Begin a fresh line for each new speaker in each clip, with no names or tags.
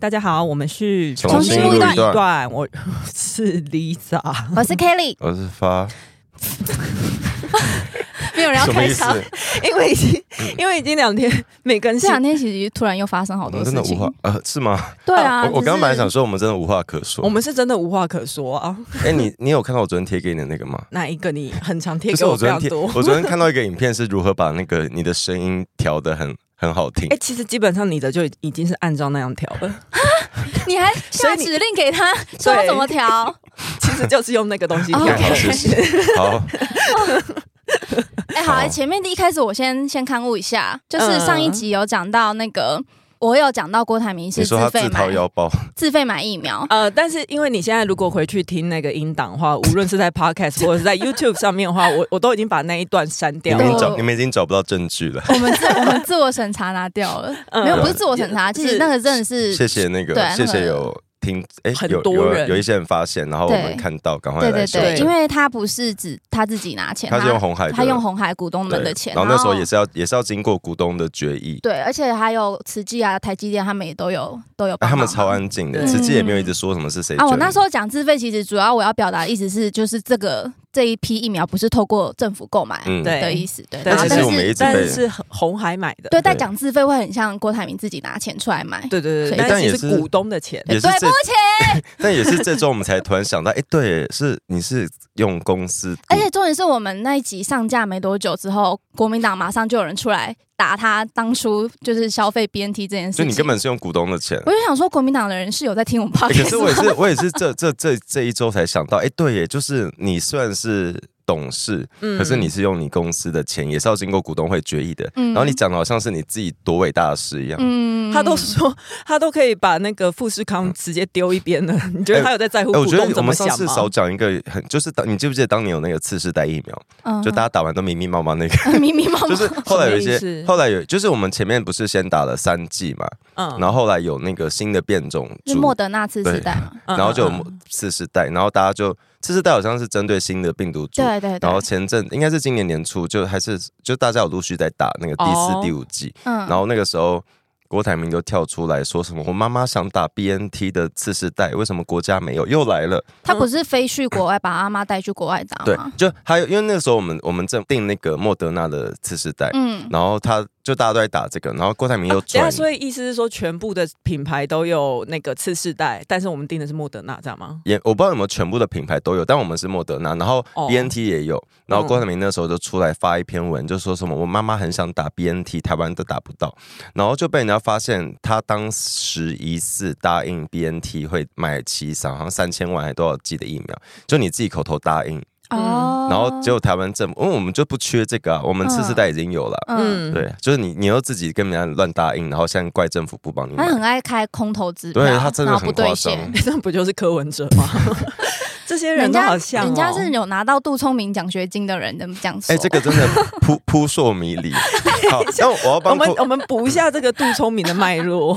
大家好，我们是
重
新录一段
段， 我是 Lisa，
嗯
我是 Kelly，
我是 发
没有人要
什么
开
意思
场，？
因为已经因为已经两天没更
这
新，
两天其实突然又发生好
我
多
们
事
真的无
情
话。呃是吗？
对啊，
我我刚刚本来想
说，
说我们真的无话可说。
我们是真的无话可说啊。
哎，你你有看到我昨天贴给你的那个吗？
哪一个你很常贴给
就是我
非
昨天
常
贴，
多？
我昨天看到一个影片是如何把那个你的声音调的很很好听
哎、。其实基本上你的就已经是按照那样调了，
你还
所以
下
你
指令给他说要怎么调？
其实就是用那个 东西调。
OK
好，谢谢。好，
哎， 好，
好
前面一开始我先先刊物一下，就是上一
嗯
集有讲到那个，我有讲到郭台铭
你
是
说他自
自费买
掏腰包，
自费买疫苗，
呃，但是因为你现在如果回去听那个音档的话，无论是在 Podcast 或者是在 YouTube 上面的话，我我都已经把那一段删
你
掉
们已
了。
经
对
找你们已经找不到证据了。
我们自我们自我审查拿 掉了，
嗯
没有不是自我审查，其实
是
那个真的是
谢谢那个，
对那
谢
个
谢有听，哎，
很
有
多
有
人
有一些人发现，然后我
对
们看到，赶快
对对
来修
对，
对
因
正。
为他不是只他自己拿钱，
他是用红海的，
他用红海股东们的
对
钱，哦
然后那时候也是要也是要经过股东的决议，
对，而且还有慈济啊、台积电，他们也都有都有
啊，
帮
他
忙
们
嘛。
超安静的，
对
自己也没有一直说什么是谁捐
啊！
的。
我那时候讲自费，其实主要我要表达的意思是，就是这个这一批疫苗不是透过政府购买
嗯，
对
的意思，对。
对
然后
其实
但
我们一
是
直
但
被
是是红海买的，
对，但
对
讲自费会很像郭台铭自己拿钱出来买，
对对对，
所以
但
哎但
其
也
实
是
股东的钱，
也
对，
是
对不
这，
起。
但也是这周我们才突然想到，哎，对，是你是用公司股，
而且重点是我们那一集上架没多久之后，国民党马上就有人出来打他当初就是消费 BNT 这件事
所
情。
以你根本是用股东的钱。
我就想说，国民党的人是有在听我们 p o
哎
d
可
c
是我也是，我也是这这这这一周才想到，哎，对耶，就是你虽然是董事，
嗯
可是你是用你公司的钱，也是要经过股东会决议的。
嗯
然后你讲的好像是你自己多伟大的事一样。
嗯
他都说 他都可以把那个富士康直接丢一边了， 你觉得他有在在乎
嗯哎，我
股
觉
东
得我
怎么
们上
想
次
吗？
少讲一个很，就是当你记不记得当年有那个次世代疫苗，
嗯
就大家打完都迷迷茫茫那个，
迷迷茫 茫，
就是后来有一
什么意
些
思，
后来有就是我们前面不是先打了三剂嘛，
嗯
然后后来有那个新的变种
是
株，
莫德纳次世代嘛？
嗯
然后就
嗯
有次世代，然后大家就次世代好像是针对新的病毒株，
对对对，
然后前阵应该是今年年初就还是就大家有陆续在打那个第
哦
四、第五季，
嗯
然后那个时候。郭台铭就跳出来说什么：“我妈妈想打 BNT 的次世代，为什么国家没有？又来了。
他不是飞去国外，把阿妈带去国外啊打
对
吗？，
就还有，因为那个时候我们我们正定那个莫德纳的次世代，
嗯，
然后他就大家都在打这个，然后郭台铭又
啊等一
转
下，所以意思是说，全部的品牌都有那个次世代，但是我们订的是莫德纳，这样吗？
也我不知道有没有全部的品牌都有，但我们是莫德纳，然后
哦
BNT 也有，
嗯
然后郭台铭那时候就出来发一篇文，就说什么我妈妈很想打 BNT，台湾都打不到，然后就被人家发现他当时疑似答应 BNT 会买七三，好像三千万还多少剂的疫苗，就你自己口头答应，
嗯
嗯
哦，
然后结果台湾政府，因为我们就不缺这个啊，我们次世代已经有了。
嗯，
嗯，
对，就是你，你又自己跟人家乱答应，然后现在怪政府不帮你
他
买，
很爱开空头支票，
对他真的
然后不
很夸
兑
张
现。
这不就是柯文哲吗？ 这些人
人
都
家
好像哦
人家是有拿到杜聪明奖学金的人，怎么这样说？
哎、这个真的扑扑朔迷离。好，那我要
我
帮
们
扣
哦
我们补一下这个杜聪明的脉 络，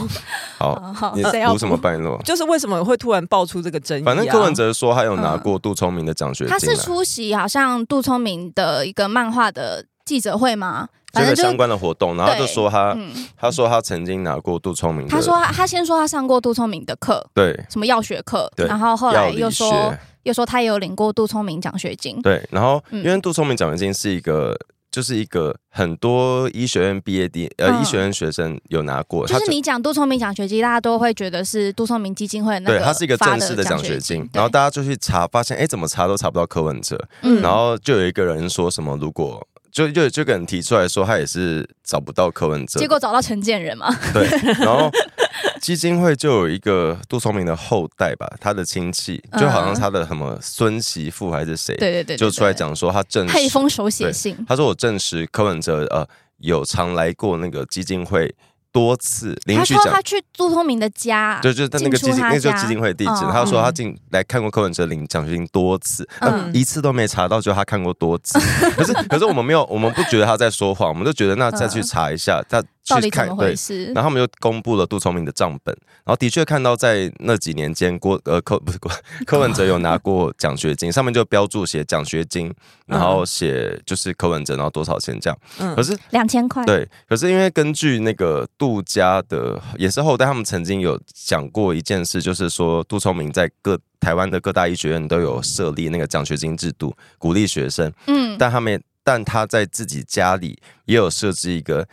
好，
哦好
你
谁要
补什么脉络？
就是为什么会突然爆出这个争议、啊？
反正柯文哲说他有拿过杜聪明的奖学金、啊
嗯他是出席好像杜聪明的一个漫画的记者会吗？反
这
正
个相
就
关的活动，然后他就
对
说他、
嗯，
他说他曾经拿过杜聪明的，
他说他他先说他上过杜聪明的课，
对
什么药学课，
对
然后后
药
来又
理
说嗯
学
又说他也有领过杜聪明奖学金，
对，然后因为
嗯
杜聪明奖学金是一个。就是一个很多医学院毕业的呃、
嗯
医学院学生有拿过，他
就是你讲杜聪明奖学金，大家都会觉得是杜聪明基金会的那
对，
个，
它是一个正式的
奖
奖学金，
对
然后大家就去查，发现哎，诶怎么查都查不到柯文哲，
嗯
然后就有一个人说什么，如果就就就有人提出来说，他也是找不到柯文哲，
结果找到陈建仁嘛，
对，然后基金会就有一个杜聪明的后代吧，他的亲戚就好像他的什么孙媳妇还是谁，
嗯 对对对，
就出来
对
讲说他证
对对配
实，
封手写信，
他说我证实柯文哲呃有常来过那个基金会多次，邻
他
居
说
讲
他。去朱通明的家，
就就是他那个基金，
进出他
那
家
个就是基金会的地址。
嗯
他说他进来看过柯文哲领奖学金多次，呃
嗯
一次都没查到，就他看过多 次。可是可是我们没有，我们不觉得他在说谎，我们就觉得那再去查一下，他
嗯到
去
底怎
看
么
对
回，事？
然后他们就公布了杜聪明的账本，然后的确看到在那几年间，郭呃柯不是郭柯文哲有拿过奖学金，上面就标注写奖学金，然后写就是柯文哲，然后多少钱这样。
嗯
可是
两千块，
对，可是因为根据那个杜家的也是后代，他们曾经有讲过一件事，就是说杜聪明在各台湾的各大医学院都有设立那个奖学金制度，鼓励学生，
嗯，
但他们也但他在自己家里也有设置一个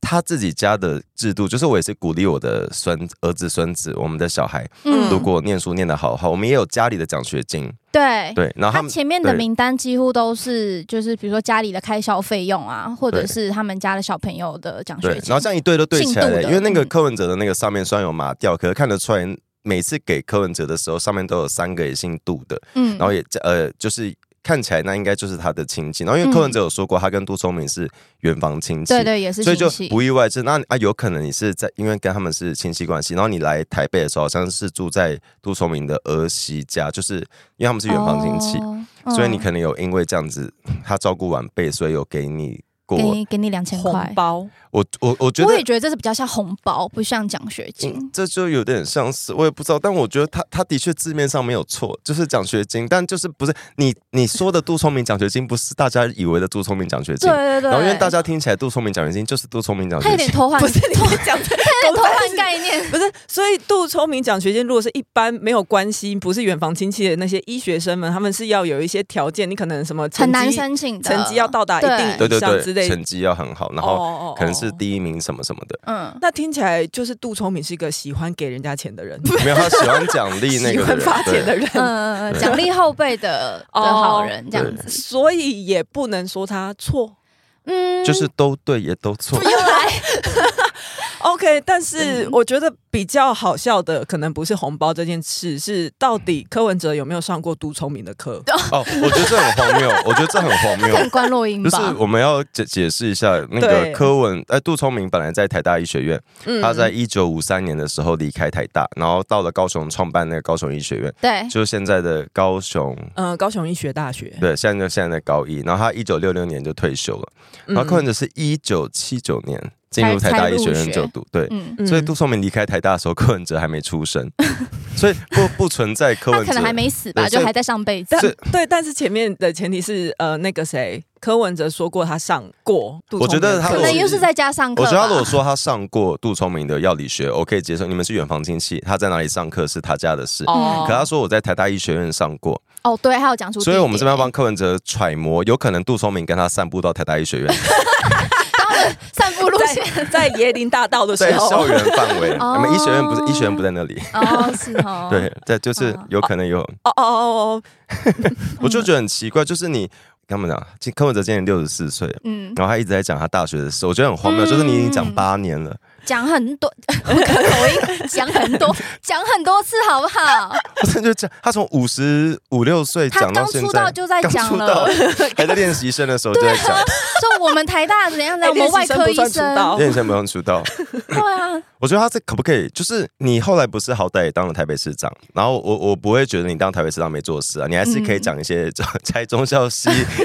他自己家的制度，就是我也是鼓励我的孙儿子、孙子，我们的小孩
嗯，
如果念书念得好的话，我们也有家里的奖学金，
对。
对，然后他
他
们
前面的
对
名单几乎都是，就是比如说家里的开销费用啊，或者
对
是他们家的小朋友的奖
对
学，金
然后这。样一对都对起来
进
了，
度的
因为那个
嗯
柯文哲的那个上面虽然有麻掉，可是看得出来，每次给柯文哲的时候，上面都有三个也姓杜的，
嗯
然后也呃，就是看起来那应该就是他的亲戚。然后因为柯文哲有说过，他跟杜聪明是远房亲戚，
嗯对对，也是
所以就
亲戚。
不意外是那啊，有可能你是在因为跟他们是亲戚关系，然后你来台北的时候，好像是住在杜聪明的儿媳家，就是因为他们是远房亲戚，
哦
所以你
嗯
可能有因为这样子，他照顾晚辈，所以有给你过。
给你给你两千块
红，包，
我我我觉得
我也觉得这是比较像红包，不像奖学
嗯
金。
这就有点像是我也不知道，但我觉得他他的确字面上没有错，就是奖学金，但就是不是你你说的杜聪明奖学金，不是大家以为的杜聪明奖学金。
对对
然后因为
对，
大家听起来杜聪明奖学金就是杜聪明奖
他
学
有点
金，
偷换，
不是你
偷
讲的，
有点偷换概念。
不是，所以杜聪明奖学金如果是一般没有关系，不是远房亲戚的那些医学生们，他们是要有一些条件，你可能什么成
很难
绩
申请的，
成绩要到达一定
对对
像之类
对，成绩要很好，然后
哦
可能是。第一名什么什么的，
嗯，
那听起来就是杜聪明是一个喜欢给人家钱的人，
没有他喜欢奖励那
喜
个
欢
人
发钱
对
的人，
呃，奖励后辈 的的
哦
好人这样子，
所以也不能说他错。
嗯，
就是都对也都错，
OK，但是我觉得比较好笑的，可能不是红包这件事，是到底柯文哲有没有上过杜聪明的课？
哦，我觉得这很荒谬，我觉得这很荒谬，
看关洛英
就是
吧，
我们要解解释一下，那个
对
柯文，哎，杜聪明本来在台大医学院，
嗯
他在一九五三年的时候离开台大，然后到了高雄创办那个高雄医学院，
对，
就是现在的高雄，
呃高雄医学大学，
对，现在就现在的高一。然后他一九六六年就退休了，
嗯
然后柯文哲是一九七九年进入台大医学院就读，对。
嗯，
嗯
所以杜聪明离开台大的时候，柯文哲还没出 生，所以不不存在柯
他
文哲
可能还没死吧，
对所
就
以
还在上辈子
但，
是
对，但是前面的前提是呃，那个谁，柯文哲说过他上过杜聪明的
我觉得他
课
可能又是在家上课
我
吧，
觉得他如果说他上过杜聪明的药理学，我可以接受。你们是远房亲戚，他在哪里上课是他家的事。
哦，
嗯可他说我在台大医学院上过，
哦，对，还有讲出地点，
所以我们这边要帮柯文哲揣摩，有可能杜聪明跟他散步到台大医 学
哦
院，
散步路 线，
在 在椰林大道的时
在校
候，
园范围，
哦
我们医学院不是医学院不在那里。
哦，是 哦，
对，对，就是
哦
有可能有，
哦哦哦
我就觉得很奇怪，就是你跟他们讲，其实柯文哲今年六十四岁，
嗯，
然后他一直在讲他大学的事，我觉得很荒谬，
嗯
就是你已经讲八年了，
讲很多， 我口音讲很多， 讲很多次好不好？
我真的就讲他从五十五六岁
他
讲到
刚
现
出
在
道，就在
刚
讲
出道
了，
还在练习生的时候就在讲，
就我们台大怎样怎样，
哎
我们外科医
练习生不算出道
生，
练习生不用出道。
对啊，
我觉得他这可不可以，就是你后来不是好歹也当了台北市长，然后我我不会觉得你当台北市长没做事啊，你还是
嗯
可以讲一些拆中校西、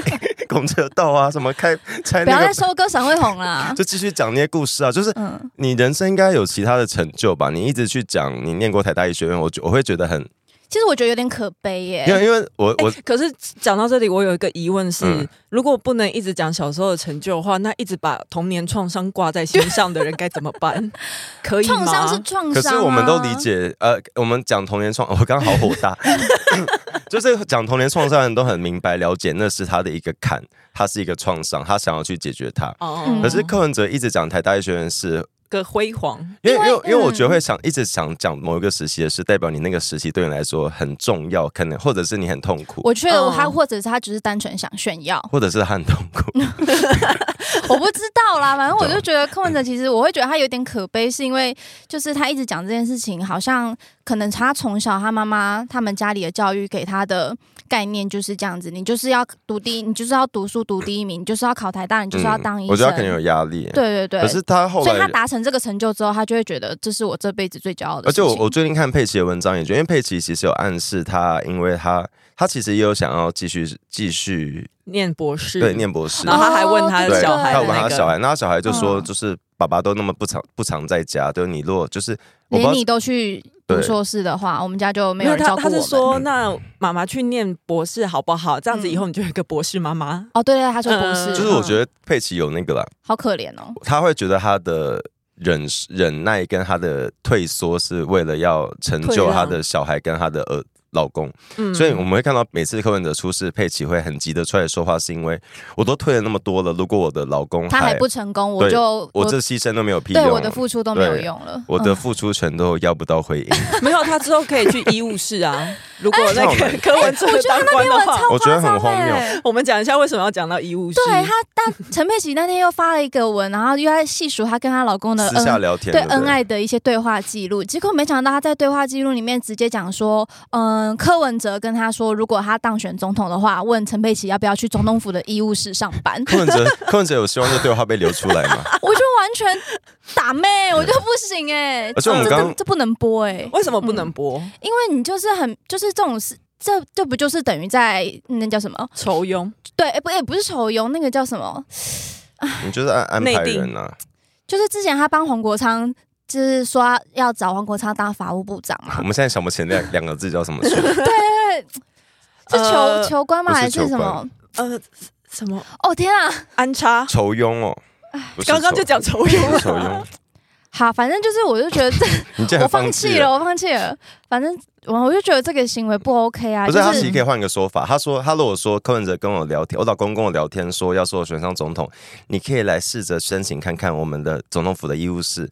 公车道啊，什么开拆
不要
那
再
个，
收割沈惠红啊啦，
就继续讲那些故事啊，就是。
嗯，
你人生应该有其他的成就吧？你一直去讲你念过台大医学院，我觉我会觉得很，
其实我觉得有点可悲耶，
因为因为我
哦
我
可是讲到这里，我有一个疑问是，
嗯
如果不能一直讲小时候的成就的话，那一直把童年创伤挂在心上的人该怎么办？ 可以吗
创伤是创伤、啊，
可是我们都理解，呃，我们讲童年创， 我刚刚好火 大，就是讲童年创伤的人都很明白了解，那是他的一个坎，他是一个创伤，他想要去解决它。
哦
嗯
可是柯文哲一直讲台大医学院是
个辉煌。
因为因为
因为
因为我觉得
嗯
会想一直想讲某一个时期的事，代表你那个时期对你来说很重要，可能或者是你很痛苦，
我觉得他
嗯
或者是他只是单纯想炫耀，
或者是他很痛苦。
我不知道啦。反正我
对啊
就觉得柯文哲其实我会觉得他有点可悲，是因为就是他一直讲这件事情，好像可能他从小他妈妈他们家里的教育给他的概念就是这样子，你就是要读第一，你就是要读书读第一名，你就是要考台大，你就是要当医生。
嗯我觉得他肯定有压力。
对对对，
可是他后
所以他
来。
达成这个成就之后，他就会觉得这是我这辈子最骄傲的
而
事
且
情。
我我最近看佩奇的文章，也觉得，因为佩奇其实有暗示他，因为他他其实也有想要继续继续
念博士，
对念博士，
然后他还问嗯他
对，
的
哦
小孩
他
的
有问
那
他
个，
小孩，那他小孩就说，
嗯
就是爸爸都那么不常不常在家，就是你如果就是我不
连
知
你
道，
都去读
对
硕士的话，我们家就没有人
他
照顾
他
我
是
们。
说，那妈妈去念博士好不好？这样子以后
嗯
你就有一个博士妈妈。
哦，对对，对他说博士，
嗯
就是我觉得佩奇有那个啦，
好可怜哦。
他会觉得他的忍忍耐跟他的退缩是为了要成
退
就
让
他的小孩跟他的儿老公，
嗯，
所以我们会看到每次柯文哲出事，佩奇会很急的出来说话，是因为我都退了那么多了，如果我的老公
他还不成功，我
对
就
我这牺牲都没有屁用
对
了，
我的付出都没有
对
用了。
我的
嗯
付出全都要不到回应。
没有他之后可以去医务室 啊。如果那
哎
个柯文哲
我觉得
当官的
哎我
话，
超
我觉得
夸张
很荒谬
欸
我们讲一下为什么要讲到医务室。
对他，但陈佩琪那天又发了一个文，然后又在细数她跟她老公的
私
恩
下聊天，
嗯对
不
恩爱的一些对话记录，结果没想到他在对话记录里面直接讲说，嗯，柯文哲跟他说，如果他当选总统的话，问陈佩琪要不要去总统府的医务室上 班，
柯文哲，柯文哲有希望这对话被流出来吗？
我就完全打妹，我就不行哎、
而且我们
这这
刚
这不能播哎、
为什么不能播？
因为你就是很就是这种事。这这不就是等于在那叫什么？
仇庸
对，哎不也不是丑游，那个叫什么？
你就是 安安
内
排
定
人啊，
就是之前他帮黄国昌，就是说要找黄国昌当法务部长嘛。
我们现在想不起那两个字叫什么说，
是求、
呃
求官吗？
不是
还是
求
什么
官？
呃什么
哦天啊！
安插？
仇庸哦，不是
刚刚就讲仇庸
不是仇 庸，
好，反正就是，我就觉得 这
你竟
我
然
放
弃
弃了，。我放弃了。反正我我就觉得这个行为不 OK 啊，
不，
就是
他其
是
实可以换个说法。他说，他如果说柯文哲跟我聊天，我老公跟我聊天说，要是我选上总统，你可以来试着申请看看我们的总统府的医务室。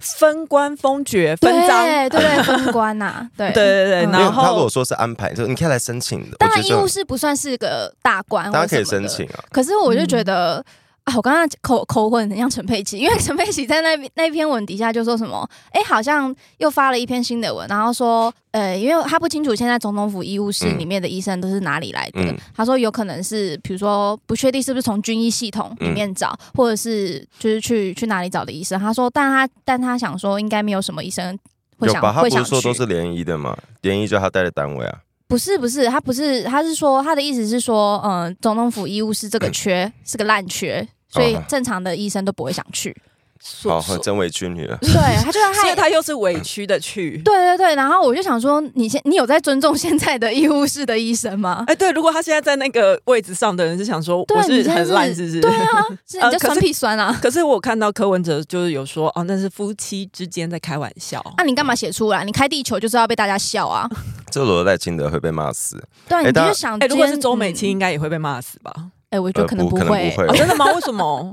分官封爵
对
分赃。
对对分官呐，对
对对对，
嗯
因为
然
他如
后
果说是安排，就你可以来申请的。我
当
觉得
然医
这
务
样
室不算是个大官，
大家可以申请。啊。
可是我就觉得、啊，我刚刚口口吻很像陈佩琪，因为 陈佩琪在那边那篇文底下就说什么，哎、好像又发了一篇新的文，然后说，呃，因为他不清楚现在总统府医务室
嗯
里面的医生都是哪里来的，
嗯
他说有可能是，比如说不确定是不是从军医系统里面找，
嗯
或者是就是去去哪里找的医生。他说，但他但他想说，应该没有什么医生会
有
想
吧？他
会
不
想
是
去
说。都是联谊的嘛？联谊就是他带的单位啊。
不是不是，他不是，他是说他的意思是说，嗯、总统府医务是这个缺、是个烂缺，所以
哦
正常的医生都不会想去。
所
好，真委屈你了。
对，他就
所以
害
他又是委屈的去。
对对对，然后我就想说，你现你有在尊重现在的医务室的医生吗？
哎，对，如果他现在在那个位置上的人是想说
对
我
你
是
现在
很
是
烂，是不是？
对啊，是
呃
你就
可
酸
是
屁酸啊！
可是我看到柯文哲就是有说哦，那是夫妻之间在开玩笑。
那、啊你干嘛写出来？你开地球就是要被大家笑啊！
这罗赖清德会被骂死，
对啊，
哎
你
大
就
家
想今
哎，
天，
如果是周美青，
嗯
应该也会被骂死吧？
哎、我觉得可能
呃不
不
可
会、
能不会
哦，真的吗？为什 么？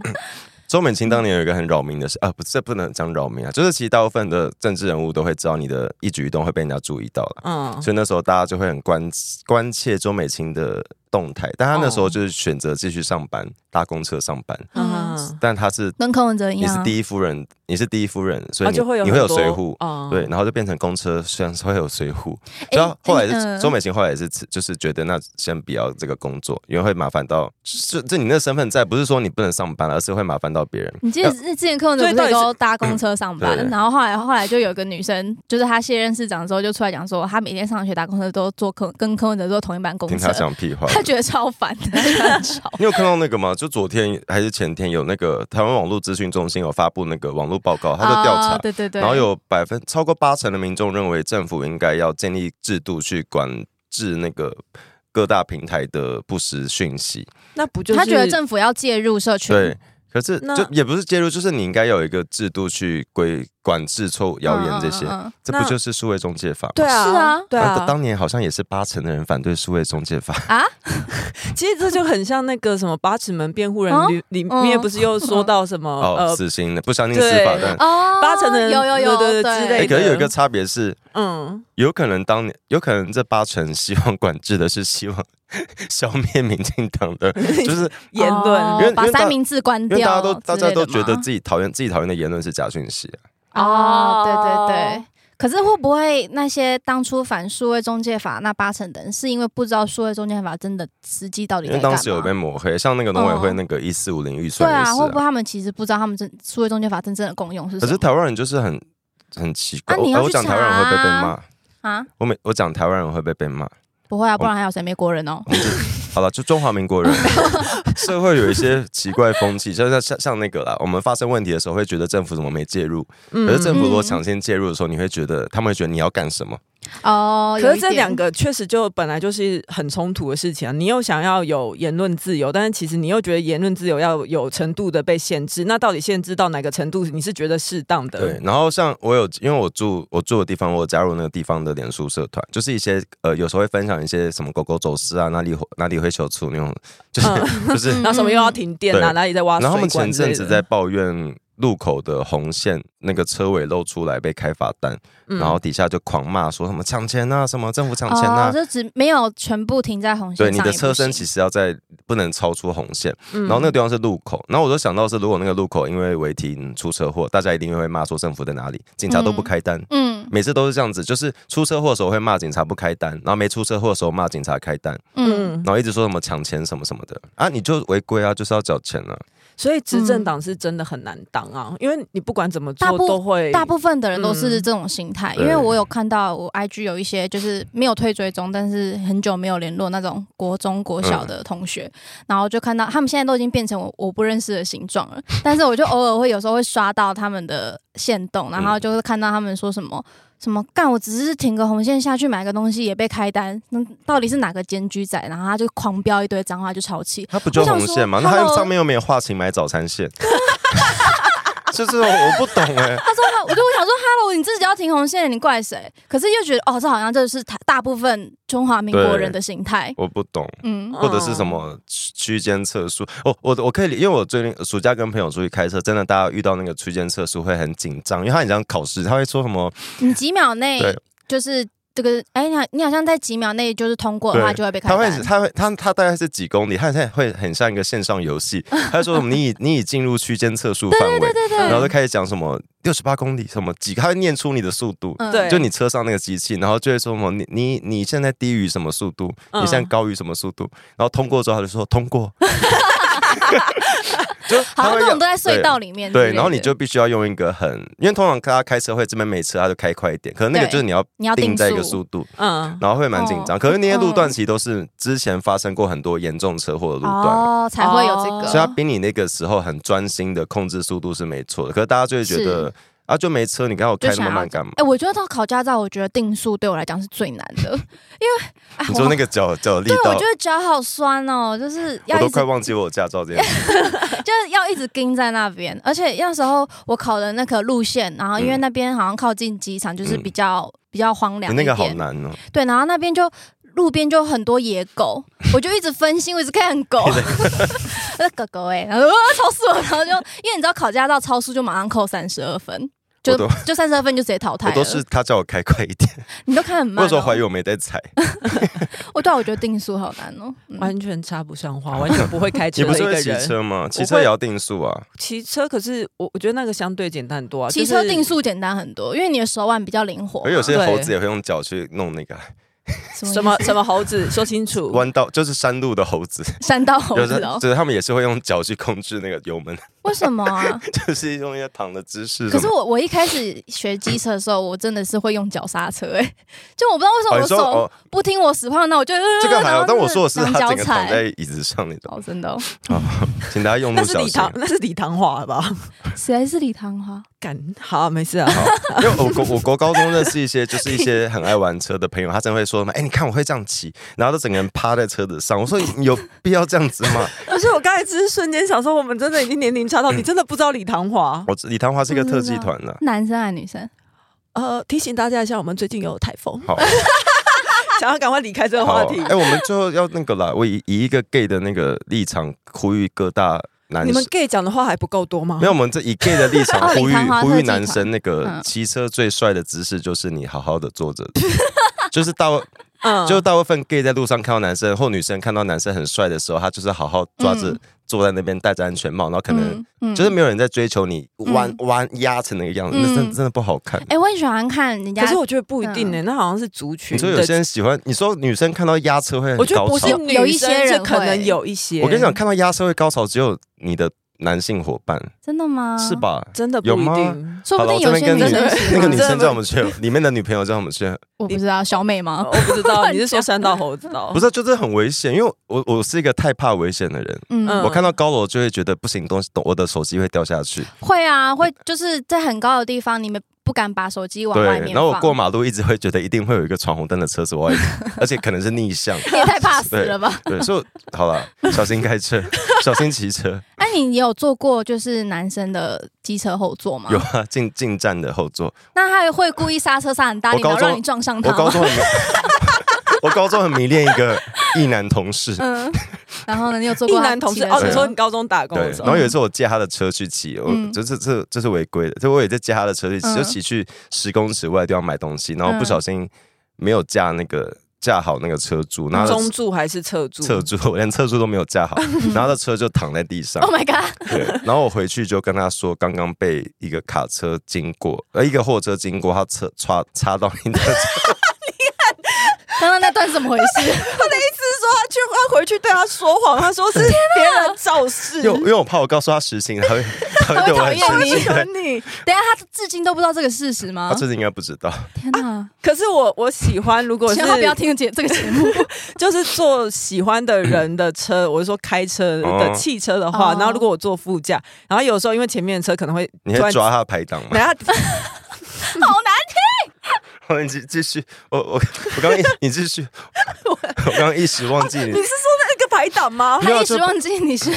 周美青当年有一个很扰民的事啊，不是这不能讲扰民啊，就是其实大部分的政治人物都会知道你的一举一动会被人家注意到了，
嗯，
所以那时候大家就会很关关切周美青的动态，但她那
哦
时候就是选择继续上班，搭公车上班，
啊
嗯
但她是
跟柯文哲一
你
样、
是
啊。
第一夫人，你是第一夫人，所以
哎啊，
你、
就会有
你会有
很多
随扈。
啊
对，，然后就变成公车，虽然是会有随扈，
嗯哎
然后后来
哎
是
嗯
周美琴后来也是辞就是觉得那先不要这个工作，因为会麻烦到这这你那身份在，不是说你不能上班，而是会麻烦到别人。
你记得之前柯文哲不
所以到
是
底是
都搭公车上班，
嗯对
然后后来后来就有一个女生，就是她卸任市长之后就出来讲说，她每天上学搭公车都坐柯跟柯文哲坐同一班公
听
车
他，讲屁话。
她觉得超烦的，很 吵。
你有看到那个吗？就昨天还是前天有那个台湾网络资讯中心有发布那个网络报告，他的调查，
啊对对对，
然后有百分超过八成的民众认为政府应该要建立制度去管制那个各大平台的不实讯息。
那不就是
她觉得政府要介入社群，
对，可是
那
就也不是介入，就是你应该有一个制度去规管制错误谣言这些，
嗯嗯嗯嗯
这不就是数位中介法吗？
对啊，
是啊
对
啊
啊。
当年好像也是八成的人反对数位中介法，
啊，
其实这就很像那个什么《八尺门辩护人
嗯》
里里
嗯
面不是又说到什么
哦，
呃
死刑的，不相信司法，
对
但
哦，
八成的人
有有有哦
对对对之类
哎，
的
可是有一个差别是，
嗯，
有可能当年，有可能这八成希望管制的是希望消灭民进党的，就是
言论
哦
因为因为
把
大
三明治关
因
掉
为
之类
大家
的吗，
都大家都觉得自己讨厌自己讨厌的言论是假讯息啊、
哦，对对
哦
对。可是会不会那些当初反数位中介法那八成的人，是因为不知道数位中介法真的实际到底
因
在
为
干嘛？
当时有被抹黑，像那个农委会
嗯
那个一四五零预
对
算也
啊，
是、
会不会他们其实不知道他们真数位中介法真正的功用是
可
什
是
么
台湾人就是很很奇怪，
啊你要
我我
去
讲台湾人会被被骂，
啊？
我每我讲台湾人会被被骂。
不会啊，不然还有谁美国人哦？
我们就好了，就中华民国 人社会有一些奇怪风气，就像像像那个啦，我们发生问题的时候会觉得政府怎么没介入，
嗯
嗯
可是政府如果抢先介入的时候，你会觉得他们会觉得你要干什么？
哦，
可
有
是
一
这
点
两个确实就本来就是很冲突的事情啊！你又想要有言论自由，但是其实你又觉得言论自由要有程度的被限制，那到底限制到哪个程度？你是觉得适当
嗯
的？
对，，然后像我有，因为我住我住的地方，我有加入那个地方的脸书社团，就是一些呃，有时候会分享一些什么狗狗走失啊，哪里哪里会求助那种，就是、
嗯
就是，
嗯
然后什么又要停电啊，
对
哪里在挖水
然后他
管
们前
之类
阵
的
子在，抱怨路口的红线那个车尾露出来被开罚单，
嗯
然后底下就狂骂说什么抢钱啊，什么政府抢钱啊
哦，。就只没有全部停在红线
对，
上。
你的车身其
实
实要在不能超出红线，
嗯
然后那个地方是路口，然后我就想到是，如果那个路口因为违停出车祸，大家一定会骂说政府在哪里，警察都不
嗯
开单，
嗯
每次都是这样子，就是出车祸的时候会骂警察不开单，然后没出车祸的时候骂警察开单，
嗯，
然后一直说什么抢钱什么什么的啊，你就违规啊，就是要缴钱啊。
所以执政党是真的很难当啊，因为你不管怎么
嗯大
做
部
都会
大部分的人都是
嗯
这种心态，
对
因为我有看到我 IG 有一些就是没有退追踪，但是很久没有联络那种国中、国小的同学，然后就看到他们现在都已经变成我我不认识的形状了，但是我就偶尔会有时候会刷到他们的线动，然后就会看到他们说什么。什么干？我只是停个红线下去买个东西也被开单，那到底是哪个监居仔？然后他就狂飙一堆脏话，就超气。
它不就红线吗？
我
那
想
它
说 Hello
上面又没有画，请买早餐线， 就是我不懂哎、
他说他，我就我想说，Hello，你自己要停红线，你怪谁？可是又觉得，哦，这好像就是大大部分中华民国人的心态。
我不懂，
嗯，
或者是什
嗯
么区区间测速？哦，我我可以理，因为我最近暑假跟朋友出去开车，真的大家遇到那个区间测速会很紧张，因为他很像考试，他会说什么？
你几秒内
对
就是这个，哎，你好，你好像在几秒内就是通过的话，
对
就会被开
他会
单。
他会他他大概是几公里？他现在会很像一个线上游戏，他就说什么你已你已进入区间测速范围，
对对
然后就开始讲什么六十八公里什么几，他会念出你的速度。
嗯
对
就你车上那个机器，然后就会说什么你你你现在低于什么速度，
嗯
你现在高于什么速度，然后通过之后他就说通过， 就
好
他
像
会
那种
要
都在隧道里面之类的。
对，然后你就必须要用一个很，因为通常他开车会这边没车他就开快一点，可能那个
对
就是你要
你要定
定在一个
速
速度，
嗯，
然后会蛮紧张。可是那些路段
嗯
其实都是之前发生过很多严重车祸的路段。
哦，才会有这
哦
个。
所以他比你那个时候很专心的控制速度是没错的，可是大家就会觉得啊，就没车，你刚我开那么慢干嘛？
哎，我觉得到考驾照，我觉得定速对我来讲是最难的，因为哎，
你说
我
那个脚脚力
对，我
道
觉，得脚好酸哦，就是
我
要
都
一直
快忘记我有驾照这件事。
就是要一直盯在那边，而且那时候我考的那个路线，然后因为
嗯
那边好像靠近机场，就是
嗯
比较、比较荒凉一
那
点。
个好难哦，
对，然后那边就路边就很多野 狗，我就一直分心，我一直看狗， 那狗狗哎、然后、啊、超速了，然后就因为你知道考驾照超速就马上扣三十二分，就
我都
就三十二分就直接淘汰
我
了。
都是他叫我开快一点，
你都看很
我
慢、
有时候怀疑
哦，
我没在 踩。
我对啊、我觉得定速好难哦。嗯
完全插不上 话，完全不会开
你
车
不
的一
是
个
会骑
人。
车吗？骑车也要定速啊。
骑车可是我我觉得那个相对简单很多啊，
骑
就是
车定速简单很多，因为你的手腕比较灵活嘛。
而有些
对
猴子也会用脚去弄那个
什么什么猴子说清楚，
弯道，就是山路的猴子，
山道猴
有
子
的
哦？
就是他们也是会用脚去控制那个油门，
为什么啊？
就是用一些躺的姿势
可
什
是
么。
我我一开始学机车的时候，我真的是会用脚刹车、欸， 就我不知道为什
哦，
么
你
我的
说
手
哦，
不听我使唤，那我就、呃
这个还
然
好，
后
但我
就
说的是
两
他
脚
整个躺
踩
在椅子上那种，
哦，真的、哦，
请大家用
那
路
是
小
李
心
唐。那是李唐华吧？
谁是李唐花？
敢好、没事啊，
好，因为我国我国高中认识一些就是一些很爱玩车的朋友，他真的会说什么？哎、你看我会这样骑，然后他整个人趴在车子上。我说你有必要这样子吗？
可是我刚才只是瞬间想说，我们真的已经年龄查到，你真的不知道李唐 华。
我知李唐华是一个特技团呢、
男生还是女生？
呃，提醒大家一下，我们最近有台风，
好，
想要赶快离开这个
好
话，题
哎、。我们最后要那个啦，我以以一个 gay 的那个立场呼吁各大男
你
生
们 gay 讲的话还不够多吗？
没有，我们这以 gay 的立场
哦
呼
李
吁
唐华
呼
特
吁
技
男
团
生，那个
嗯
骑车最帅的姿势就是你好好的坐 着，就是大
嗯，
就大部分 gay 在路上看到男生或女生看到男生很帅的时候，他就是好好抓着
嗯
坐在那边戴着安全帽，然后可能
嗯嗯
就是没有人在追求你弯
嗯
弯压成那个样子，那真
嗯
真的不好看。
哎、我很喜欢看人家，
可是我觉得不一
嗯
定呢、那好像是族群
你
的。
说有些人喜欢，你说女生看到压车会很
我觉得
高
不
潮
是，女
有一些
生
人
这可
会
能有一些。
我跟你讲，，看到压车会高潮只有你的男性伙伴
真的吗？
是？吧？
真的不
有
一
吗
定。
嗯说
好
不
了，
定
我这
有
边跟
些
女
女生喜
那
欢哦
个女生
真的
叫我们去， 里面的女朋友叫我们去，
我不知道小美吗？
我不知道，你是说山道猴子哦？
不是，就是很危险，因为我我是一个太怕危险的人。
嗯，
嗯
我看到高楼就会觉得不行，东西我的手机会掉下去。
会啊，会就是在很高的地方，你们不敢把手机往外
对，
面放，
然后我过马路一直会觉得一定会有一个闯红灯的车子，我要而且可能是逆向。
你也太怕死了吧？
对，所以我好了，小心开车，小心骑 车。
那、啊你有坐过就是男生的机车后座吗？
有啊，进进站的后座，
那他也会故意刹车刹很大力，
我高
然后
中
让你撞上他
我高
吗？
中很迷， 我高中很迷恋一个异男同事。
嗯，然后呢，你有坐
一
过他
男同
骑
事
的
哦，
车
你
对
说你高中打工
对
的，时
然
候
后，有一次我借他的车去骑，我
嗯
这这这这是违规的，就我也在借他的车去骑，
嗯
就骑去十公尺外的地方买东西，然后不小心没有架那个架好那个车柱，然后他
中
的
柱还是侧柱？
侧柱 我连侧柱都没有 架好，然后他的车就躺在地上
，？Oh my god！
对，然后我回去就跟他说，刚刚被一个卡车经过，呃，一个货车经过，他车插插到你的 车，
刚刚那段是怎么回事？
是说他去他回去对他说谎，他说是别人肇事，
因为因为我怕我告诉他实情， 他会他 会对我很
他
生
会讨厌
气
你。
有你。
等一下他至今都不知道这个事实
他
吗？
啊这次应该不知道，
天哪！
可是我我喜欢，如果是
千万不要听节这个节目。
就是坐喜欢的人的车，我是说开车
哦
的汽车的话，
哦
然后如果我坐副驾，然后有时候因为前面的车可能会
你 会抓他的排档吗？
然后
好难
好，你继继续，我我我刚刚一你继 续，我刚刚一时忘记你
你，是说那个排档 吗？
没有
他一直
就
忘记 你是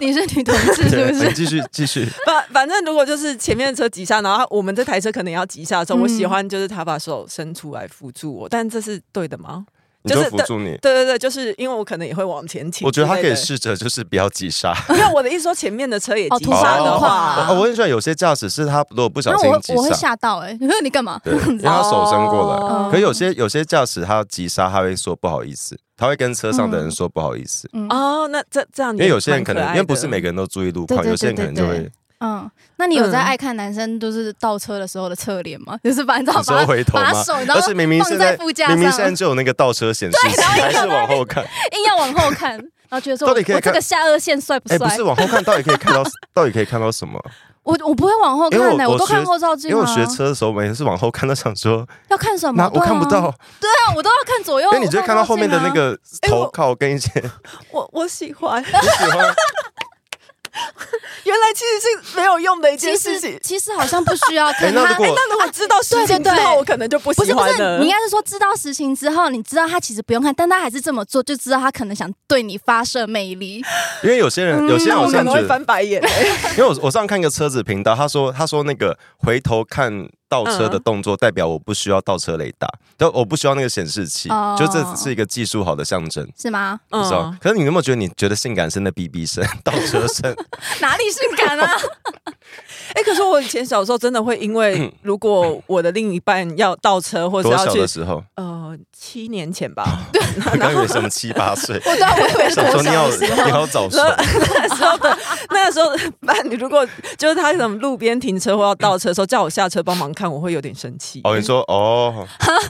你是女同志，是
对，
不
你
是？
继续继续，
反反正如果就是前面的车急刹，然后我们这台车可能也要急刹的时候，
嗯
我喜欢就是他把手伸出来扶住我，但这是对的吗？
你就
就是
扶住你。
对对对，就是因为我可能也会往前倾
我
之类
觉得
的。
他可以试着就是不要急刹。
没有我的意思说前面的车也
哦
急
突
刹
发
的
状
话，
况啊
哦 我我很喜欢有些驾驶是他如果不小
然后
心
我
急
我会
刹，
吓到哎、欸， 你说你干嘛？
对，因为他手伸过来。
哦
可有些有些驾驶他急刹，他会说不好意思，他会跟车上的人说不好意思，
嗯
哦，那这这样
因
也
为有些人可能
蛮爱
因
的
为不是每个人都注意路况，
对对对
有些人可能就
对
会
对嗯，那你有在
嗯
爱看男生就是倒车的时候的侧脸吗？ 就是把你知道
你说
把他
回头
把
吗
他手，？然
而
后
且明明现
放在副驾上，
明明现在就有那个倒车显示器，还是往后看。
硬要往后看，然后觉得说
到
我
底可以
我这
看
个下颚线帅不
哎，
帅？
不是往后看，到底可以看到 到底可以看到什么？
我我不会往后看
因为
的、
我
我都
我学
看后照镜、
因
啊，
为我学车的时候，每次往后看都想说，
要看什么？
那我
对啊
看不到，，
对啊，我都要看左右，
因为你就会看到后面的那
我照镜啊。
个头靠跟一些 你
我我喜欢，
喜欢。
原来其实是没有用的一
其
件事情哎
实。其实好像不需要 看
哎那
他
如果
那如果知道事
对
情
对
之
对
后，我可能就不
不
喜
是不
欢
是，
了。
你应该是说知道实情之后，你知道他其实不用看，但他还是这么做，就知道他可能想对你发射 魅力。
因为有些
嗯
人，有些
那
人好
我可
像
能
觉
会
得，
翻白 眼、
因为我我上看一个车子频道，他说他说那个回头看倒车的动作，代表我不需要倒车雷达，就我不需要那个显示器
哦，
就这是一个技术好的象征，
是吗？
不知道
嗯，。
可是你有没有觉得，你觉得性感是那哔哔声、倒 车声？
哪里性感啊？
哎、可是我以前小时候真的会因 为，如果我的另一半要倒车或者
多
要
小
去
的，时候？
呃，七年前 吧，
我刚以为什么七 八岁，
我对啊，我以为是
想
国
说你
小
好
的时
你
候。
好早熟
然。后 那时候的那时候的伴侣，如果就是他什么路边停车或要倒车的时候，叫我下车帮忙看，我会有点生气。
哦，你说哦，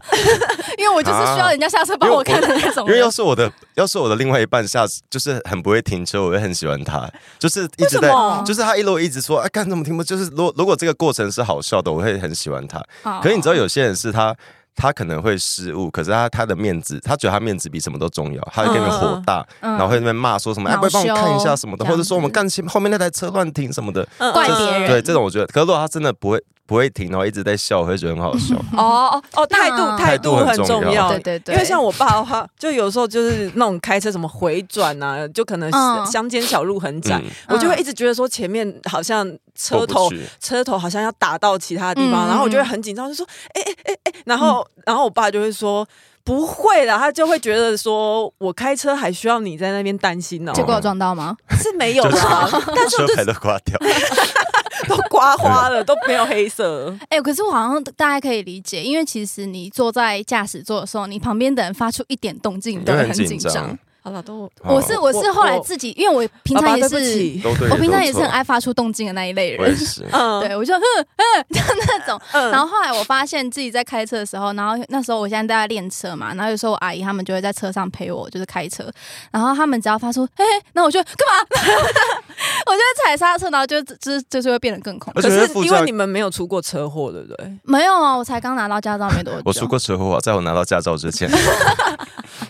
因为我就是需要人家下车帮我看的那种
因为
人
要。是我的，要是我的另外一半下就是很不会停车，我会很喜欢他，就是一
为
直
什
在，
么？
就是他一路一直说，哎、干什么停不？就是如果如果这个过程是好笑的，我会很喜欢他。
好
可是你知道，有些人是他。他可能会失误，可是他他的面子，他觉得他面子比什么都重要，他会跟你火大，
嗯
然后会在那边骂说什么，哎，
恼
不会帮我看一下
羞
什么的，
这
或
样
者说我们
子
干前后面那台车乱停什么的，
嗯
怪
嗯
别人
对这种我觉得，可是如果他真的不会不会停，然后一直在笑，我会觉得很好 笑。
哦哦哦，态度
嗯
态度很
态度很
重
重
要
要，
对对对，
因为像我爸的话， 就有时候就是那种开车什么回转啊，就可能
嗯
是乡间小路很窄，
嗯
我就会一直觉得说前面好像车
过不
头
去
车头好像要打到其他地方，
嗯
然后我就会很紧张，就说哎哎哎哎，然后、然后我爸就会说。不会啦，他就会觉得说，我开车还需要你在那边担心哦，
结果有撞到吗？
是没有啦，但是我
车
就
牌都刮 掉，
都刮花了，都没有黑 色。
哎、可是我好像大概可以理解，因为其实你坐在驾驶座的时候，你旁边的人发出一点动静，你都
因
会
为
很
很紧
紧张
张。
好了，都
我是我是
我
后来自己，因为我平常也
爸爸对不
是，
起
都对，
我平常也是
都
很
错，
爱发出动静的那一类
我也
人。
是。
嗯
对，我就哼哼， 就那种。
嗯
然后后来我发现自己在开车的时候，然后那时候我现在在练车嘛，然后有时候我阿姨他们就会在车上陪我，就是开车。然后他们只要发出嘿，嘿，那我就干嘛？ 我就会踩刹车，然后就就就是会变得更恐怖。
而
可
且
是
会附
因为
加
你们没有出过车祸，对不对？
没有啊，我才刚拿到驾照没多久。
我出过车祸啊，在我拿到驾照之前，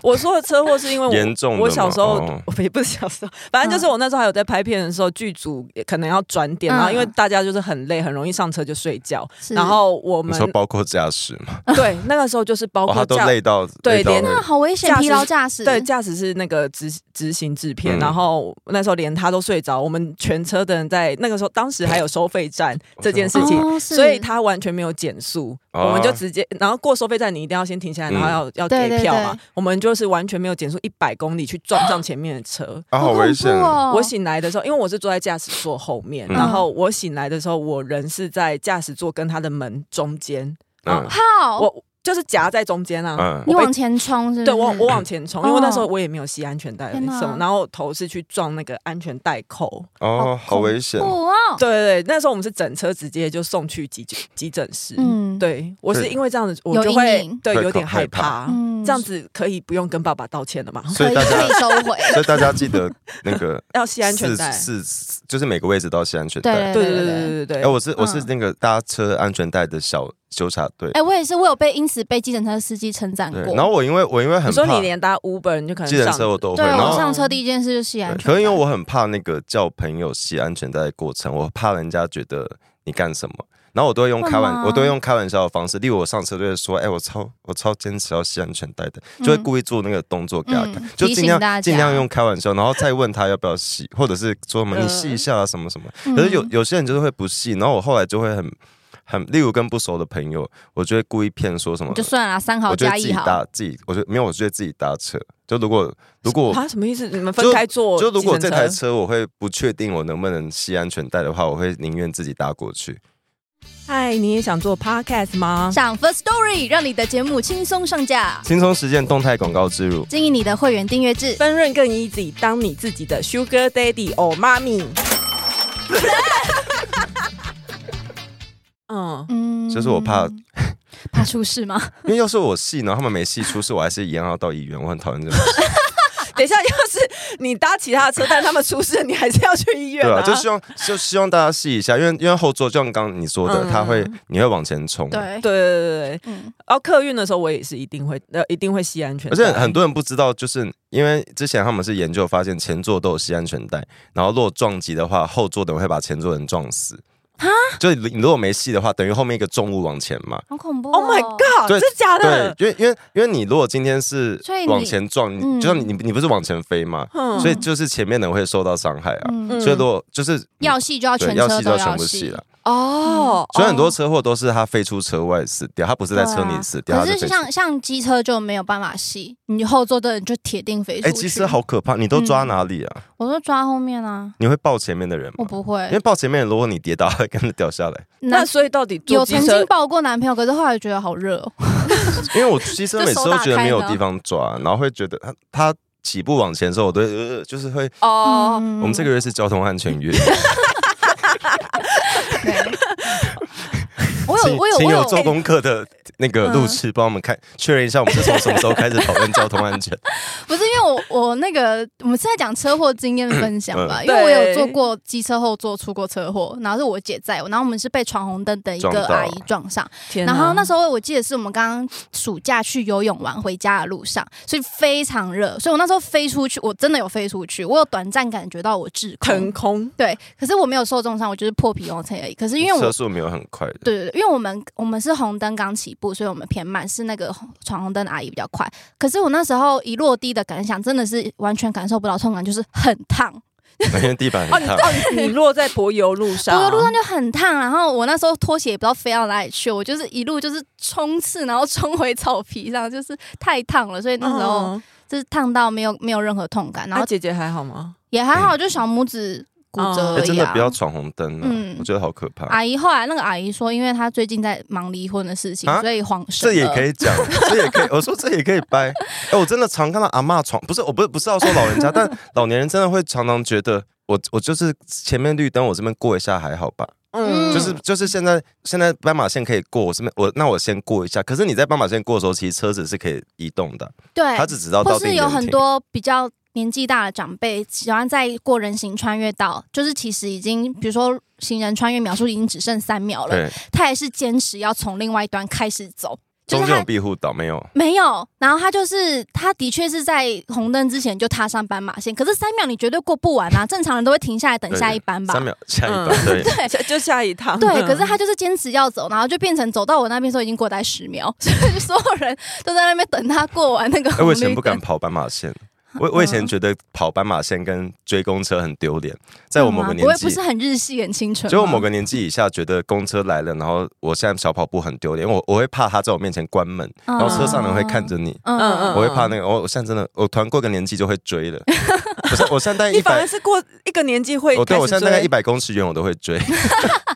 我说的车祸是因为我
严重的
我小时候
嘛哦
我也不是小时候，反正就是我那时候还有在拍片的时候，剧组也可能要转点，然后
嗯
因为大家就是很累，很容易上车就睡觉。
是，
然后我
你
们
说包括驾驶嘛，
对那个时候就是包
哦，
括
他都
驾
累到
对
累到
连
那
那啊好危险
驾，驶
疲劳驾驶。
对，驾驶是那个执执行制片，
嗯
然后那时候连他都睡着，我们全车的人在那个时候，当时还有收费站这件事情，
哦是
所以他完全没有减速，
哦
我们就直接，然后过收费站你一定要先停下来，
嗯
然后要、要
对
给
对
票嘛，
对
我们就是完全没有减速一百公里去撞上前面的车。
啊，好
恐怖
危险，
哦！
我醒来的时候，因为我是坐在驾驶座后面，
嗯
然后我醒来的时候，我人是在驾驶座跟他的门中间，
哦
嗯
好，
我就是夹在中间啊。
嗯
你
我被
往前冲是不是？
对我我往前冲，因为
哦
那时候我也没有系安全带什
天哪
么，然后头是去撞那个安全带扣。
哦，
好
好危险，
哦，
对对对，那时候我们是整车直接就送去急诊急诊室。
嗯，
对我是
对
因为这样子，我
有
就
阴
会
影
对
会
有点
恐
害
害
怕
怕。
啊
嗯
这样子可以不用跟爸爸道歉了嘛？
所以大
可
家
以，收 回。
所以大家记得那个
要 系安全
四
带。
四四就是每个位置都要系安全带。
对
对
对对对对对
哎、
对。
我是我是
嗯
那个搭车安全带的小纠察队。
哎，我也是，我有被因此被计程车司机称赞
对
过，。
然后我因为我因为很
你说你
怕
连搭 Uber 你就可能
计程
上
车我都会，
对啊
然
我
后
上车第一件事就是系安
对
全带，
可能因为我很怕那个叫朋友系安全带的过程，我怕人家觉得你干什么。然后我都会用
会
开玩
吗，
我都会用开玩笑的方式，例如我上车就会说：“哎、我超我超坚持要系安全带的，就会
嗯
故意做那个动作给他看，
嗯
就
提
尽
醒大家
量尽量用开玩笑，然后再问他要不要系，或者是说什么你
嗯
系一下啊什么什么。可是有
嗯
有些人就是会不信，然后我后来就会很很，例如跟不熟的朋友，我就会故意骗说什么
就，算了，三好
我就
加
会自
一
己
好
搭，自己，我就没有，我就会自己搭车。就如果如果
啊什么意思？你们分
就
开坐
就如果
计程车
这台车我会不确定我能不能系安全带的话，我会宁愿自己搭过去。
嗨，你也想做 Podcast 吗？
上 First Story 让你的节目轻松上架，
轻松实践动态广告植入，
经营你的会员订阅制。
分润更 easy，当你自己的 Sugar Daddy or Mommy。嗯，
嗯
就是我怕
怕出事 吗？
因为要是我系，然后他们没系出事，我还是一样要到医院。我很讨厌这 种事，
啊等一下，要是你搭其他的车，但他们出事，你还是要去医院
对
啊。
啊，就希望就希望大家系一下，因为因为后座就像刚刚你说的，
嗯
他会你会往前冲，，
对
对对对对对。
嗯，
然后哦客运的时候，我也是一定会呃一定会系安全
而
带，
且很多人不知道，就是因为之前他们是研究发现前座都有系安全带，然后如果撞击的话，后座的人会把前座人撞死。就你你如果没系的话，等于后面一个重物往前嘛，
好恐怖哦。
Oh my god！
对
真假
对
的，？
因为因为因为你如果今天是
所以你
往前撞，你
嗯
就像你你你不是往前飞嘛，
嗯
所以就是前面的人会受到伤害啊。
嗯，
所以如果就是
要戏就要
对
全
要
车
系
都
就要全部系
系
了。，
哦，
所以很多
哦
车祸都是他飞出车外死掉，他不是在车里死掉，
啊
他
可是
飞出。
像像机车就没有办法系，你后座的人就铁定飞出
哎，
去。
其实好，可怕，你都抓
嗯
哪里啊？
我都抓后面啊，
你会抱前面的人
我
吗？
不
啊因为
会。
抱前面，如果你跌倒，会跟着掉下 来。
那所以到底坐
有
机
曾
车
经抱过男朋友，可是后来觉得好热 哦。
因为我机车
就
每次
手
都
打
觉得
开
没有
呢
地方抓，然后会觉得他他起步往前的时候，我都会呃，就是会。
哦，
嗯
我们这个月是交通安全月，
对我有我有
请
我
有
有哎嗯
做功课的那个录制，帮我们看确认一下，我们是从什么时候开始讨论交通安全？
不是因为我我那个我们是在讲车祸经验分享吧，
嗯
因为我有
对
做过机车后座出过车祸，然后是我姐载我，然后我们是被闯红灯的一
撞
个
到
阿姨撞上，
天啊
然后那时候我记得是我们刚刚暑假去游泳玩回家的路上，所以非常热，所以我那时候飞出去，我真的有飞出去，我有短暂感觉到我滞
腾
空，
空，
对，可是我没有受重伤，我就是破皮红车而已。可 是因为我
车速没有很快的，
对对对，因为我们我们是红灯刚起步，所以我们偏慢，是那个红闯红灯的阿姨比较快。可是我那时候一落地的感想，真的是完全感受不到痛感，就是很烫，
因为地板
哦，
很
你
烫
哦，你你落在柏油路
走
上，
的路上就很烫。然后我那时候拖鞋也不知道飞到哪里去，我就是一路就是冲刺，然后冲回草皮上，就是太烫了，所以那时候
嗯，
就是烫到没有没有任何痛感，然
然
后
后姐姐还好吗？
也还好，就小拇指骨折
哎
而
真
已、
的
啊
不要闯红灯啊
嗯！
我觉得好可怕。
阿姨后来那个阿姨说，因为她最近在忙离婚的事情，
啊
所以晃神
这
了。
也可以 讲，这也可以，我说这也可以掰。哎，我真的常看到阿嬷闯，不是，我不是不是要说老人 家，但老年人真的会常常觉得，我我就是前面绿灯，我这边过一下还好吧？
嗯
就是就是现在现在斑马线可以过，我这边我那我先过一下。可是你在斑马线过的时候，其实车子是可以移动的，
对，
它只知道
哎或
到
是
定
有
点
很
停。
多比较年纪大的长辈喜欢在过人行穿越道，就是其实已经，比如说行人穿越秒数已经只剩三秒了，
对，
他也是坚持要从另外一端开始走，就
中
是
间有
他。
庇护岛没有？
没有，然后他就是，他的确是在红灯之前就踏上斑马线，可是三秒你绝对过不完啊！正常人都会停下来等下一班吧。
三秒 下一班，
嗯
对，
对
下就下一趟，
对，
嗯
可是他就是坚持要走，然后就变成走到我那边的时候已经过大概十秒， 所以所有人都在那边等他过完那个
哎，
红
我
绿
以前不
灯
敢跑斑马线，我我以前
嗯
觉得跑斑马线跟追公车很丢脸，在我某个年
嗯啊不会
纪
不，是很日系、很清纯吗，
就我某个年纪以下，觉得公车来了，然后我现在小跑步很丢脸，因为我我会怕他在我面前关门，
嗯，
然
然
后车上人会看，着你。
嗯
嗯
我会怕那个，我我现在真的，我突然过个年纪就会追了。不是，我现 在大概
你
一
反而
百，
是过一个年纪会
我对
开
我
始
现在大概
追
一百公尺远我都会追。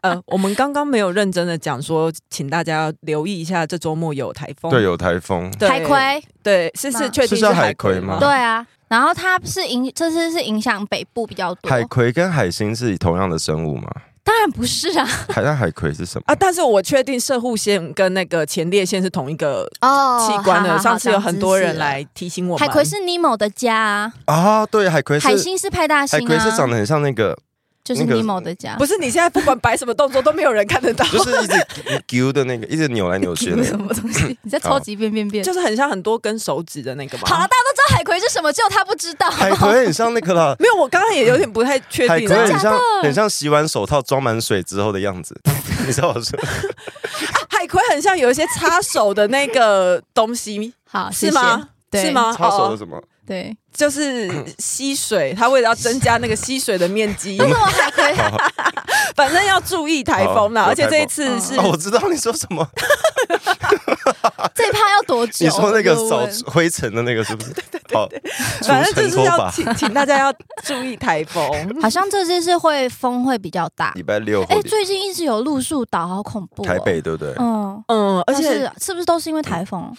呃，我们刚刚没有认真的讲说，请大家留意一下，这周末有台风。
对，有台风，
对
海，葵，
对，是
吗
是确定
是叫海
海
葵吗
吗？
对啊。然后它是影，这次是影响北部比较多。
海葵跟海星是同样的生物吗？
当然不是啊，
海那海葵是什么？
啊，但是我确定射护线跟那个前列腺是同一个
哦
器官
好好
的。
好
上次有很多人来
长
提醒我
知识了。
们，
海葵是尼莫的家啊，
啊，对，海葵是
海星是派大星
海葵
啊，
是长得很像那 个，
就是
那个
尼莫的家。
不是？你现在不管摆什么动作都没有人看 得到，
就是一直揪的那个，一直 扭来扭去的那
什
个。
么 东西？你在
好
超级变变变。
就是很像很多根手指的那个嘛。
好了，大家都知道海葵是什么，只有他不知道。
海葵很像那个啦，
没有，我刚刚也有点不太 确
海
定
葵很
啊。
像很像洗完手套装满水之后的样子， 你知道我说
海葵很像有一些擦手的那 个东西，
好，
是
谢谢
吗？
对
是吗？
擦手
哦
的
哦
什么？
对，
就是吸水，它为了要增加那个吸水的面 积。
为什么海 葵
反正要注意台风啦，
好
而且这一
有
次
台风
是
哦，我知道你说什 么，
这怕要多久？
你说那个
我就
扫
问
灰尘的那个 是不是？好，
反正
除尘
就是
拖
要
把。
请请大家要注意台风。
好像这次是会风会比较大
礼。拜六
哎、
或礼
最近一直有路宿岛，好恐怖、哦。
台北，对不对？
嗯，
嗯，而
而
且
且是不是都是因为台风？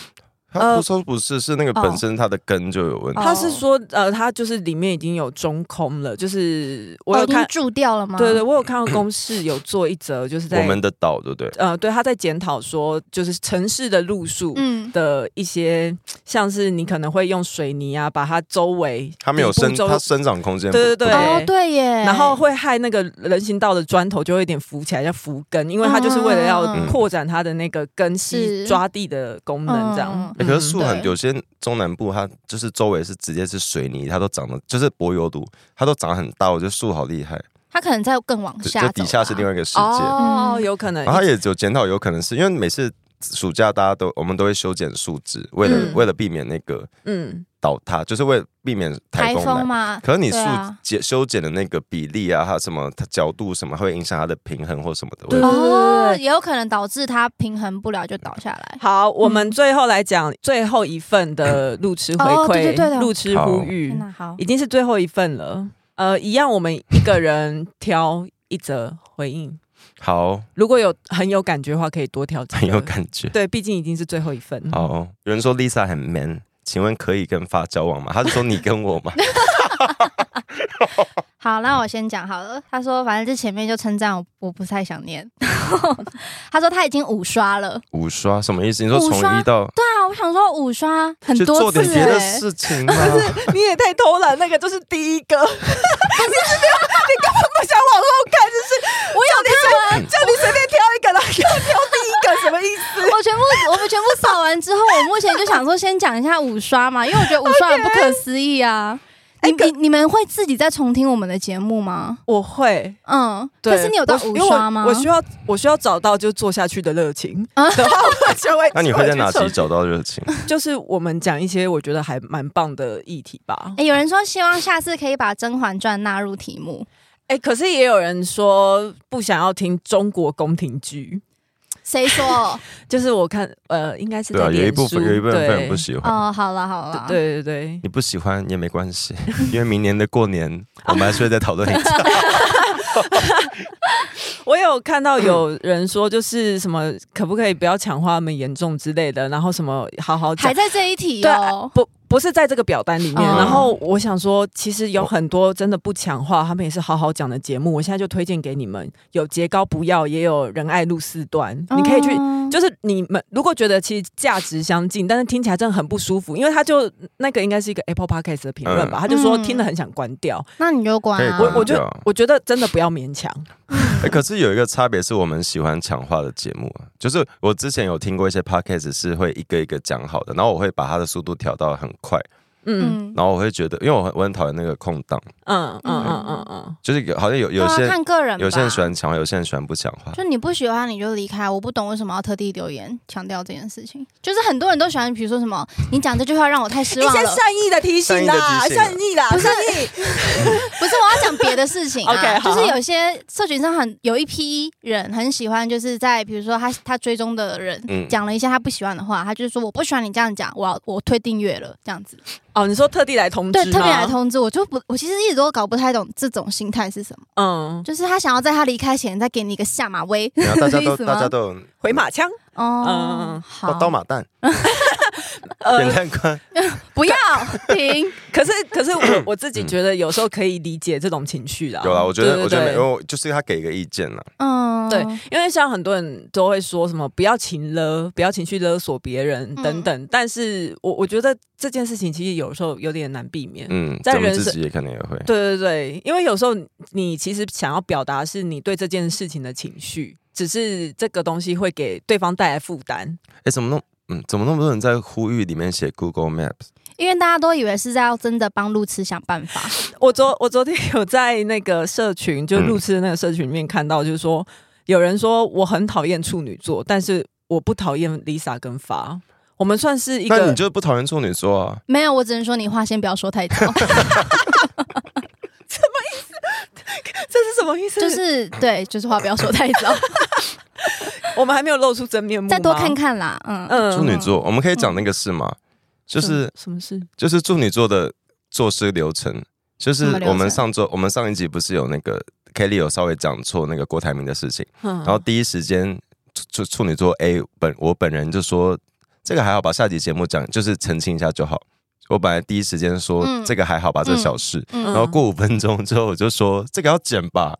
呃
他不说不是，是那个本
哦
身它的根就有问题
哦。
他是说，呃，他就是里面已经有中空了，就是我
哦，
有
已
看
经，住掉了吗？
对对，我有看到公示有做一则，就是在
我们的岛，对不对？
呃，对，他在检讨说，就是城市的路数。
嗯，
的一些像是你可能会用水泥啊，把它周围
它没有
底部
生，
周
它生长空间不
对对对
哦，对耶。
然后会害那个人行道的砖头就会有点浮起来，叫浮根，因为它就是为了
嗯
要扩展它的那个根
是
系抓地的功能，这样
嗯。
欸可是树
对
很有些中南部，它就是周围是直接是水泥，它都长得就是柏油路，它都长得很大。我觉得树好厉害，
它可能在更往
就
下
就
走吧，
底下是另外一个世界。
哦，
嗯
有可能
然。后它也有检讨，有可能是因为每次暑假大家都我们都会修剪树枝，为了、
嗯
为了避免那个
嗯，
倒塌，就是为了避免台
台
风来。
风嘛。
可是你树
对啊
剪修剪的那个比例啊，还有什么它角度什么，它会影响它的平衡或什么的。我
对
哦，
对
也有可能导致它平衡不了就倒下来。
好，我们
嗯
最后来讲最后一份的路痴回
哦对对对的
馈，路痴呼吁
天，哪，好
已经是最后一份了。呃，一样，我们一个人挑一则回应，
好，
如果有很有感觉的话，可以多挑几个
很有感觉。
对，毕竟已经是最后一份。
好，有人说 Lisa 很 man，请问可以跟发交往吗？他是说你跟我吗？
好，那我先讲好了。他说，反正这前面就称赞我，我不太想念。 他说他已经五刷了。
五刷什么意思？你说从
五刷
一到
对啊，我想说五刷很
去
多
做
次、
点
欸，
别的事情 啊。
你也太偷懒，那个就是第一 个，你是不你根本不想往后看，就是我有你随叫你随便挑一个，然后要挑第一个，什么意思？
我全部我们全部扫完之后，我目前就想说先讲一下五刷嘛，因为我觉得五刷很不可思议啊。
哎
你你你们会自己再重听我们的节目吗？
我会，
嗯，
对
可是你有到
我
五
因为
刷吗？
我我需要我需要找到就做下去的热情
啊
的话，我就会。
那你会在哪
就
集
去
找到热 情？
做？就是我们讲一些我觉得还蛮棒的议题吧。
哎、有人说希望下次可以把《甄嬛传》纳入题目，
哎、可是也有人说不想要听中国宫廷剧，
谁说？ 哦、
就是我看呃，应该是
对
在
啊，有一
脸
部
书
分有一部分人不
对
喜欢。
哦好了好了，，
对对对，
你不喜欢也没关系， 因为明年的过年我们还是会再讨论 一下。
我有看到有人说，就是什么可不可以不要强化他们严重之类的，然后什么好好讲。
还在这一题
对
哦，。
不不是在这个表单里面。
哦
然后我想说，其实有很多真的不强化，他们也是好好讲的节目。我现在就推荐给你们，有节高不要，也有仁爱路四段，啊你可以去。
嗯
就是你们如果觉得其实价值相近，但是听起来真的很不舒服，因为他就那个应该是一个 Apple Podcast 的评论吧，
嗯
他就说
嗯
听了很想关掉。
那你就管、啊、
可以
我我就
关掉
我觉得真的不要勉强。
欸可是有一个差别是我们喜欢强化的节目啊，就是我之前有听过一些 podcast 是会一个一个讲好的，然后我会把它的速度调到很快，
嗯
嗯，
然后我会觉得，因为我很我很讨厌那个空档，
嗯嗯嗯嗯嗯，
就是有好像有有
对啊
些
看个人吧，
有些人喜欢强化，有些人喜欢不强化。
就你不喜欢你就离开，我不懂为什么要特地留言强调这件事情。就是很多人都喜欢，比如说什么，你讲这句话让我太失
一
望
些
了，
善意的提醒啦，
善意的提醒啊
善意啦，
不是
善意
不是我要讲别的事情 啊
OK，好
就是有些社群上很有一批人很喜欢，就是在比如说他他追踪的人
嗯
讲了一些他不喜欢的话，他就是说我不喜欢你这样讲，我要我退订阅了这样子。
哦，你说特地来通知
对
吗？，
特别来通知我就不，我其实一直都搞不太懂这种心态是什么，
嗯，
就是他想要在他离开前再给你一个下马 威，
然后大家
这个
都
意思吗
大家都有
回马枪，嗯嗯嗯
哦，
刀
好，
刀马旦、扁
呃，
担宽，
不要 停。
可是可是我我自己觉得有时候可以理解这种情绪啦。
嗯有啦，我觉得
哦对
我觉得没哦
对对
有，就是他给一个意见啦。
嗯，
对因为像很多人都会说什么不要情勒，不要情绪勒索别人
嗯
等等，但是我我觉得这件事情其实有时候有点难避免。
嗯，
在
咱们
人
自
生
己也可能也会。
对对对，因为有时候你其实想要表达是你对这件事情的情绪，只是这个东西会给对方带来负担。
哎，怎么弄？嗯，怎么那么多人在呼吁里面写 Google Maps？
因为大家都以为是在要真的帮路痴想办法，
我昨我昨天 有在那个社群，就
嗯
路痴的那个社群里面看到，就是说、有人说我很讨厌处女座，但是我不讨厌 Lisa 跟发。我们算是一
那你
个
就不讨厌处女座啊？
没有，我只能说你话先不要说 太早，
这是什么意思？
就是对，就是话不要说太 早，
嗯我们还没有露出真面目，
再多看。看啦，嗯嗯，
嗯，
处女座，我们可以讲那个事吗？就是
什么事？
就是处女座的做事流程，就是
什么流程
我们上周我们上一集不是有那个 Kelly 有稍微讲错那个郭台铭的事情，
然
然后第一时间处处处女座 A 本我本人就说这个还好吧，下集节目讲就是澄清一下就好。我本来第一时间说、
嗯
这个还好吧，这小事。
嗯
然后过五分钟之后，我就说这个要剪吧，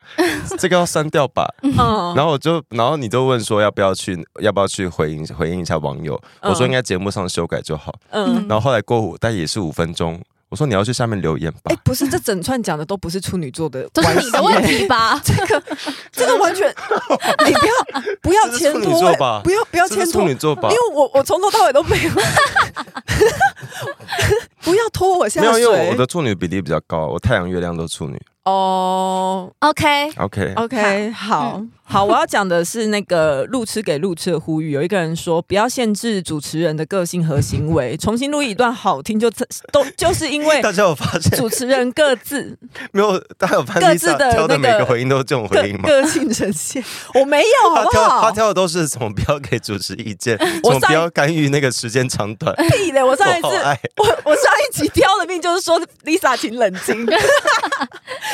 这个要删掉吧。
嗯
然后我就，然后你就问说要不要去，要不要去回应回应一下网友？我说
嗯
应该节目上修改就好。
嗯，
然后后来过五，但也是五分钟。我说你要去下面留言吧
哎，，不是，这整串讲的都不是处女座的
都
关
是
系
你的问题吧？
这个 这个完全，你不要不要
这是
牵
处女
拖
座
位
吧，
不要不要
这是
牵
处
拖
女座吧
因？为我我从头到尾都 没有，不要拖我下
没有，因为我
水
我的处女比例比较高，我太阳、月亮都处女。
哦。
OK，
OK，
OK，好、
嗯
好，我要讲的是那个路痴给路痴的呼吁。有一个人说，不要限制主持人的个性和行为，重新录一段好听就都就是因 为
大家有发现
主持人各自
没有？大家有发
各
现
自的
Lisa 挑的
那
每
个
个回应都是这种
个
回应吗？
个性呈现。我没有，好
他
不
挑他
好？
挑的都是什么？不要给主持意见，什
我
么不
上
要干预那个时间长短。哎
屁嘞！我 上一
我
次
哦好爱，
我我上一集挑的命就是说 Lisa 请冷 静，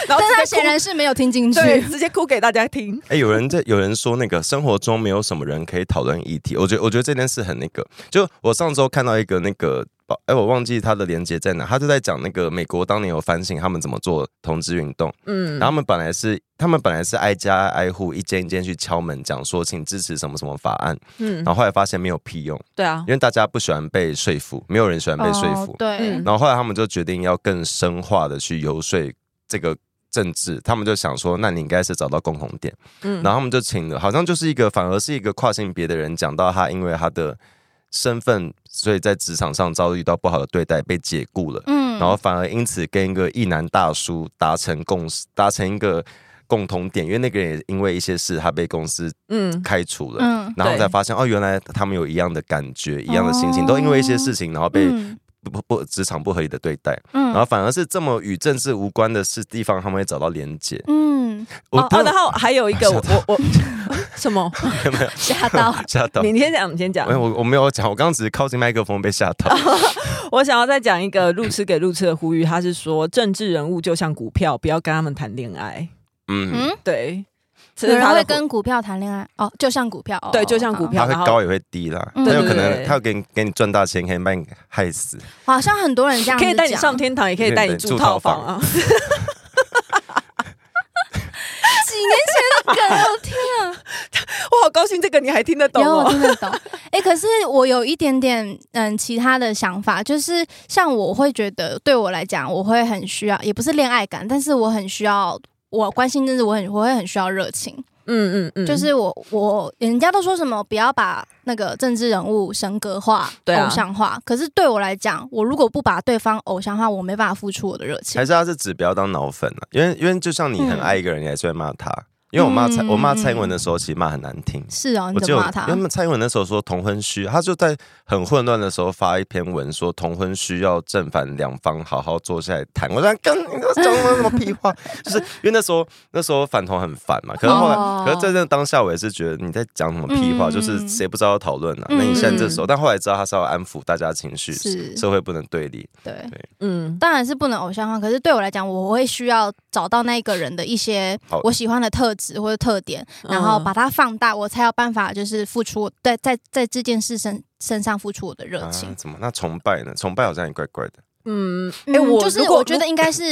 然后
但他
直接
显
哭
然是没有听进 去。
对直接哭给大家听。
哎，有人在有人说那个生活中没有什么人可以讨论议题，我觉得我觉得这件事很那个。就我上周看到一个那个宝，哎，我忘记他的连接在哪，他就在讲那个美国当年有反省他们怎么做同志运动，
嗯
然后他们本来是他们本来是挨家挨户一间一间去敲门讲说，请支持什么什么法案，
嗯
然，后后来发现没有屁用，
对啊
因，为大家不喜欢被说服，没有人喜欢被说
哦
服，
对
嗯，
然后后来他们就决定要更深化的去游说这个政治，他们就想说，那你应该是找到共同点。
嗯，
然后他们就请了，好像就是一个反而是一个跨性别的人讲到他因为他的身份，所以在职场上遭遇到不好的对待，被解雇了，
嗯
然后反而因此跟一个一男大叔达成共识，达成一个共同点，因为那个人也因为一些事他被公司
嗯
开除了。
嗯
然后
对
才发现哦，原来他们有一样的感觉，一样的心情，都因为一
哦
些事情，然后被
嗯
不不不职场不合理的对待，
嗯
然后反而是这么与政治无关的事地方，他们会找到连接。
嗯
我
哦
不
哦，然后还有一个我我我 什么？
吓到，
吓到，
你你先讲，你先讲
没。有我我没有讲，我刚刚只是靠近麦克风被吓到。
哦我想要再讲一个路痴给路痴的呼吁，他是说政治人物就像股票，不要跟他们谈恋爱。
嗯，
嗯，
对，这
有
是
人
他
会
的
跟股票谈恋爱哦，就像股票，哦
对就像股票
它会
然后
高也会低啦，
嗯
它有可
对对对
能它有给你给你赚大钱，可以把你害死。
哦好像很多人这样子
可以带你
讲
上天堂，也可以带你住套房啊。
几年前的梗， 我天啊！
我好高兴，这个你还听得懂
有，我
哦。
听得懂。哎、可是我有一点点嗯其他的想法，就是像我会觉得，对我来讲，我会很需要，也不是恋爱感，但是我很需要。我关心政治，我很我会很需要热情，
嗯嗯嗯，
就是我我人家都说什么不要把那个政治人物神格化、
对啊
偶像化，可是对我来讲，我如果不把对方偶像化，我没办法付出我的热情
还。是它是指标当脑粉啊？因为因为就像你
嗯
很爱一个人，你还是会骂他。因为我骂蔡
嗯
我骂蔡英文的时候，其实骂很难听。
是哦，你
我
怎
就
么骂他
因？为蔡英文那时候说同婚需，他就在很混乱的时候发一篇文说同婚需要正反两方好好坐下来谈。我在跟你讲什么屁话？ 就是因为那时候那时候反同很烦嘛，可是后来，
哦
可是在那当下我也是觉得你在讲什么屁话，
嗯
就是谁不知道要讨论啊？那你现在这时候，但后来知道他是要安抚大家情绪，
是
社会不能对立。
对，
嗯
当然是不能偶像化，可是对我来讲，我会需要找到那个人的一些
好
我喜欢的特质或者特点，
嗯
然后把它放大，我才有办法就是付出我在在在这件事身身上付出我的热
啊
情。，
怎么？那崇拜呢？崇拜好像也怪怪的。
嗯，哎、
嗯
我
就是
如果
我觉得应该是，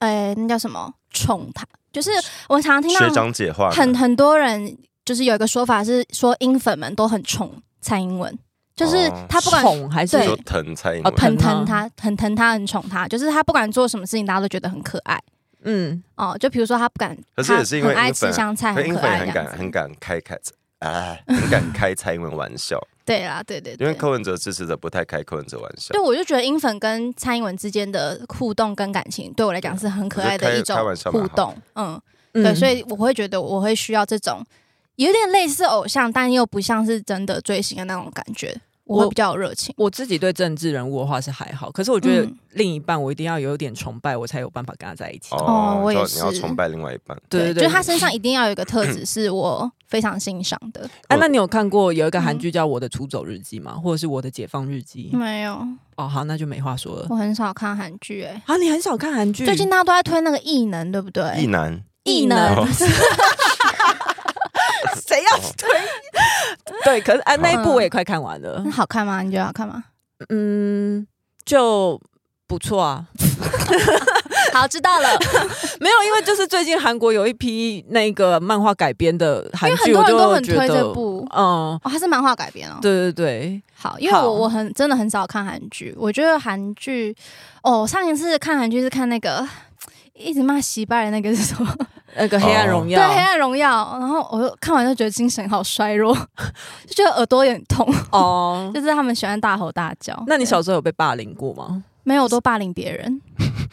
呃，那叫什么宠他，就是我常常听
学
到
长姐话呢
很很多人就是有一个说法是说英粉们都很宠蔡英文，就是
哦
他不管
宠还是
对
说疼蔡英
啊
文，
疼
很疼
他
他，很疼他，很宠他，就是他不管做什么事情，大家都觉得很可爱。
嗯，
哦，就比如说他不敢，
可是也是因为
他很爱
英粉啊
吃香菜，
可
很
英
可
粉
爱
很
这样
敢
子。
很敢开开 啊，很敢开蔡英文玩笑，
对啦，对 对
因为
对。
柯文哲支持者不太开柯文哲玩笑
对，。我就觉得英粉跟蔡英文之间的互动跟感情，对我来讲是很可爱的一
我觉得
种
开开玩笑蛮
互
好
动。嗯，
嗯
对，所以我会觉得我会需要这种有点类似偶像，但又不像是真的追星的那种感觉，我
我
会比较有热情。
我自己对政治人物的话是还好，可是我觉得
嗯
另一半我一定要有点崇拜，我才有办法跟他在一起。
哦我也
你要你要
是
崇拜另外一半，
对对对，
就是他身 上一定要有一个特质是我非常欣赏的。
哎、那你有看过有一
嗯
个韩剧叫《我的出走日记》吗？或者是《我的解放日记》？
没有，
哦，好，那就没话说了
我。很少看韩剧，哎，
啊，你很少看韩剧，
哦最近大家都在推那个异能，对不
异
对？
男
异能
哦
谁要推？ 对，可是啊，那一
嗯
部我也快看完了
那，好看吗？你觉得好看吗？
嗯，就不错啊。
好，知道了。
没有，因为就是最近韩国有一批那个漫画改编的韩
因为很
剧，
多
我
人都
就
很
觉
推这
得，
部
嗯，
哦，它是漫画改编哦。，
对对对，
好，因为我
好
我很真的很少看韩剧，我觉得韩剧哦，上一次看韩剧是看那个一直骂洗白的那个是什么？
那个《黑暗荣
对，
耀
《黑》暗荣耀》。然后我就看完就觉得精神好衰弱， 就觉得耳朵有点痛，
哦。
就是他们喜欢大吼大叫。
那你
对
小时候有被霸凌过吗？
没有我都霸凌别人？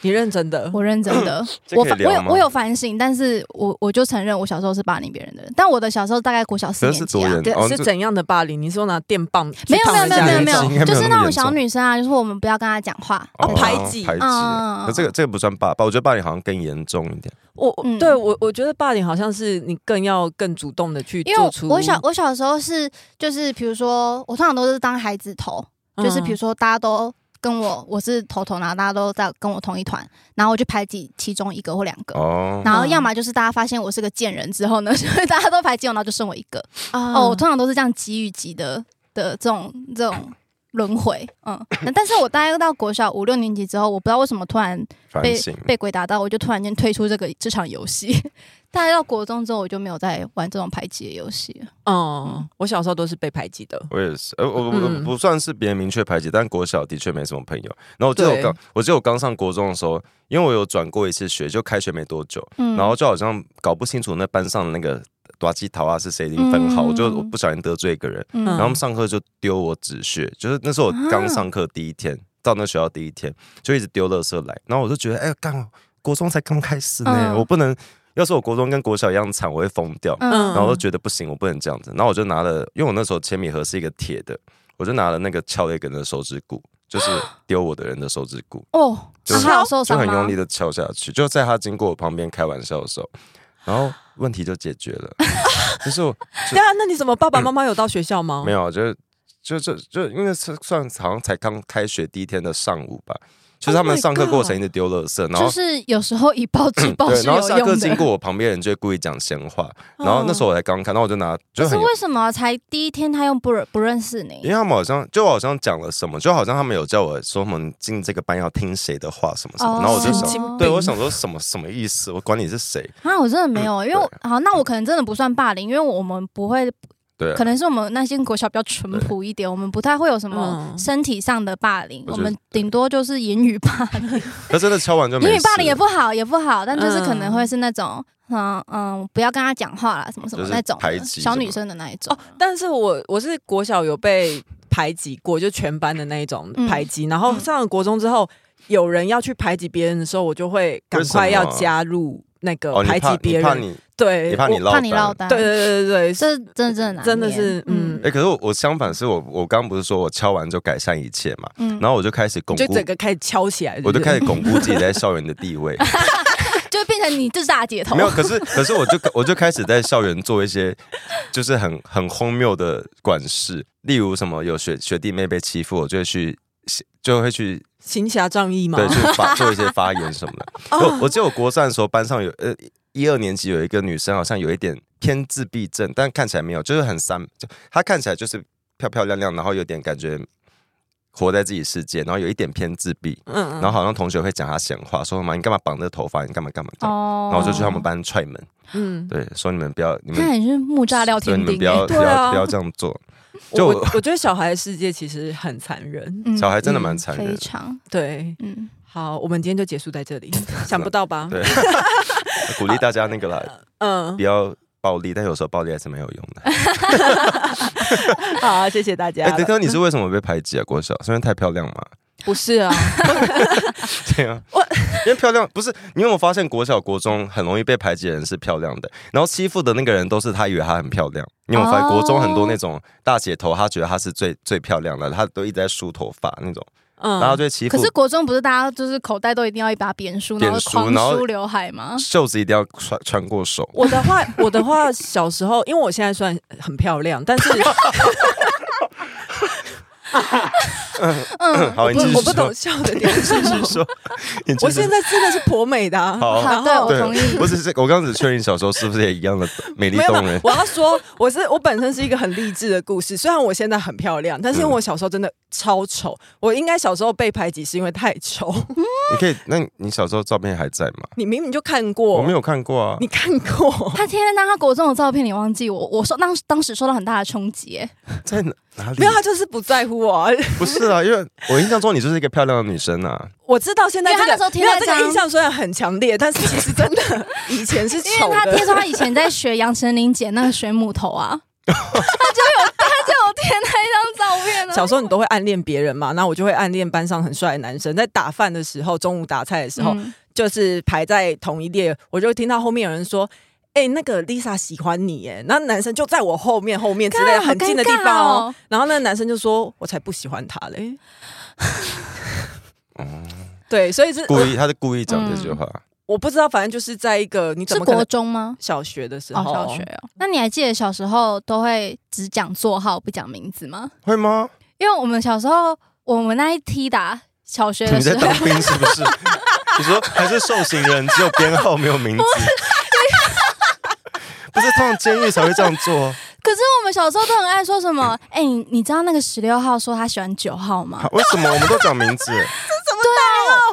你认真的？
我认真的，
嗯 这
我
可以
反我
聊
有
吗
我有反省，但是我我就承认我小时候是霸凌别人的人，但我的小时候大概国小四
可
年
是
级
多
啊。
人
对
哦，
是
这
怎样的霸凌？你说拿电棒去
没有
烫
没有
人
没
家
有没有
脸
没
上
应该没有
有，就是
那么
那种
严
小
重
女生啊，就是我们不要跟她讲话，
哦
排挤
排挤。
嗯
那这个这个不算霸，霸我觉得霸凌好像更严重一点。
我
嗯
对我我觉得霸凌好像是你更要更主动的去
因为
做
我
出，
我小我小时候是就是比如说我通常都是当孩子头，
嗯
嗯
就是比如说大家都跟我我是头头，然后大家都在跟我同一团，然后我就排挤其中一个或两个。
哦，
然后，要么就是大家发现我是个贱人之后呢， 就会大家都哦排挤我，然后就剩我一个。
嗯
哦，我通常都是这样给予级的的这种这种轮回，嗯， 但是我大概到国小五六年级之后，我不知道为什么突然
反
被
省。
被鬼打到，我就突然间退出这个这场游戏。 大概到国中之后，我就没有再玩这种排挤的游戏了。
嗯，我小时候都是被排挤的。
我也是，呃，我我
嗯
不算是别人明确排挤，但国小的确没什么朋友。然后我记得我
对
刚，我记得我刚上国中的时候，因为我有转过一次学，就开学没多久，
嗯
然后就好像搞不清楚那班上的那个短鸡桃啊是谁已经分好，
嗯
我就我不小心得罪一个人，
嗯啊
然后他们上课就丢我纸屑，就是那是我刚上课第一天、到那学校第一天，就一直丢垃圾来，然后我就觉得，哎、干，国中才刚开始呢，
嗯
我不能，要是我国中跟国小一样惨，我会疯掉。
嗯
然后我就觉得不行，我不能这样子。然后我就拿了，因为我那时候铅笔盒是一个铁的，我就拿了那个敲了一个人的手指骨，就是 丢我的人的手指骨，
哦，
就
啊他有受
就
伤
很
吗
用力？的敲下去，就在他经过我旁边开玩笑的时候，然后问题就解决了。 就是我
对啊，那你怎么爸爸妈妈有到学校
哦
吗？
嗯没有，就是就就就因为是算好像才刚开学第一天的上午吧，就是他
Oh
们
my
上课过程
God
一直丢垃圾，然
就
后。嗯
是有时候以暴制暴
对，
是
然后
有
下课
用
经过
的。哦
我旁边的人就会故意讲闲话，然后那
哦
时候我才刚看，然后我就拿，就
可是
很有
为什么啊才第一天他又不认不认识
因
你
为？他们好像就我好像讲了什么，就好像他们有叫我说我们进这个班要听谁的话什么什么，
哦
然后我就
神
想，
经病
对我想说什么什么意思？我管你是谁，
啊，我真的没有，
嗯
因为我好，那我可能真的不算霸凌，因为我们不会，
对啊
可，能是我们那些国小比较淳朴一点，我们不太会有什么
嗯
身体上的霸凌，
我
我
觉得
们顶多就是言语 霸凌，
可真的敲完就没
言
事
语
了。
霸凌也不好，也不好，但就是可
嗯
能会是那种，嗯嗯，不要跟他讲话啦，什么什么
就是
那种
排
的
挤
小
什么
女生的那一种
哦，但是我我是国小有被排挤过，就全班的那一种
嗯
排挤。然后上了国中之后，有人要去排挤别人的时候，我就会赶快
为什
要
么
加入那个
哦，
排挤
你怕
别
你怕
人。
你
对，
你怕你
我
哦落
怕你落
单。
单，
对对对对对，
这真正难免，
真的是嗯
嗯，
哎，可是我我相反是我我刚不是说我敲完就改善一切嘛，
嗯，
然后我就开始巩
就
固
整，个开始敲起来，是不
我就是开始巩固自己在校园的地 位。
就变成你这是大姐头
没，有，可是可是我就我就开始在校园做一些就是很很荒谬的管事，例如什么有学学弟妹被欺负，我就会去就会去
行侠仗义嘛
对，。去发做一些发言什么的。我我记得我国三的时候，班上有呃一二年级有一个女生，好像有一点偏自闭症，但看起来没有，就是很三，就她看起来就是漂漂亮亮，然后有点感觉活在自己世界，然后有一点偏自闭，
嗯
然后好像同学会讲她闲话，说嘛你干嘛绑这个头发，你干嘛干嘛干嘛。
哦
然后我就去他们班踹门，
嗯，
对，说你们不要，你
看
们
你是木栅廖
对
天
你们
丁
不要
欸，
不
对啊
要不要这样做，
我
就
我我觉得小孩的世界其实很残忍。
嗯
小孩真的
嗯
蛮残忍
非
的。
常，
对，
嗯，
好，我们今天就结束在这 里，想不到吧？
啊对，鼓励大家那个啦，
嗯
不，要暴力，但有时候暴力还是蛮有用的。
好，谢谢大家
哎，德
了。
哥，你是为什么被排挤啊？国小是因为太漂亮嘛？
不是啊，
对啊，因为漂亮不是你有没有发现国小、国中很容易被排挤的人是漂亮的，然后欺负的那个人都是他以为他很漂亮。你有没有发现
哦
国中很多那种大姐头，她觉得她是最最漂亮的，她都一直在梳头发那种，然后她
嗯，
就会欺
可
负
是国中不是大家就是口袋都一定要一把扁梳，然后
扁梳
狂
然后
梳刘海吗？
袖子一定要穿穿过手。
我的话， 我的话，小时候，因为我现在算很漂亮，但 是
嗯，
好，
我
你继续
不我不
说
懂，笑的点是什
继续
么。
说，你继续
我现在真的是颇美的、啊。
好
好，对
然后
我同意。
哦对，不是是，我刚只确认小时候是不是也一样的美丽
没有
动
没有
人，？
我要说，我是我本身是一个很励志的故事。虽然我现在很漂亮，
嗯
但是因为我小时候真的超丑，我应该小时候被排挤是因为太丑。
你可以，那你小时候照片还在吗？
你明明就看过，
我没有看过啊。
你看 过？
他天天当他国中的照片，你忘记我？我说当当时受到很大的冲击耶，
在哪哪里？
没有，他就是不在乎我啊、
不是啊，因为我印象中你就是一个漂亮的女生 啊。
我知道现在
因为
这
他那时
个
候贴
没有
那
这个
张
印象虽然很强烈，但是其实真的 以前是
因
丑
哦
为他
的
贴。说他以前在学杨丞琳姐那个水母 头啊，他就有他就有贴那一张照片啊
小
呢。
时候你都会暗恋别人嘛，那我就会暗恋班上很帅的男生。在打饭的时候，中午打菜的时候，
嗯
就是排在同一列，我就听到后面有人说。哎、那个 Lisa 喜欢你耶，那男生就在我后面后面之类的
干
很近的地方
好尴尬
哦
哦。
然后那个男生就说：“我才不喜欢他嘞。”对，所以是
哦故意，她是故意讲这句话。
我不知道，反正就是在一个你怎
是
么可
国
能
中吗？
小学的时
哦
候，，
小学哦。那你还记得小时候都会只讲座号不讲名字吗？
会吗？
因为我们小时候，我们那一梯打小学的
你在
时候
当，兵是不是？你说还是受刑人，只有 编号没有名字。不是，通常监狱才会这样做。
可是是我们小时候都很爱说 什么，哎、你你知道那个十六号说他喜欢九号吗？啊
为什么我们都讲名 字？啊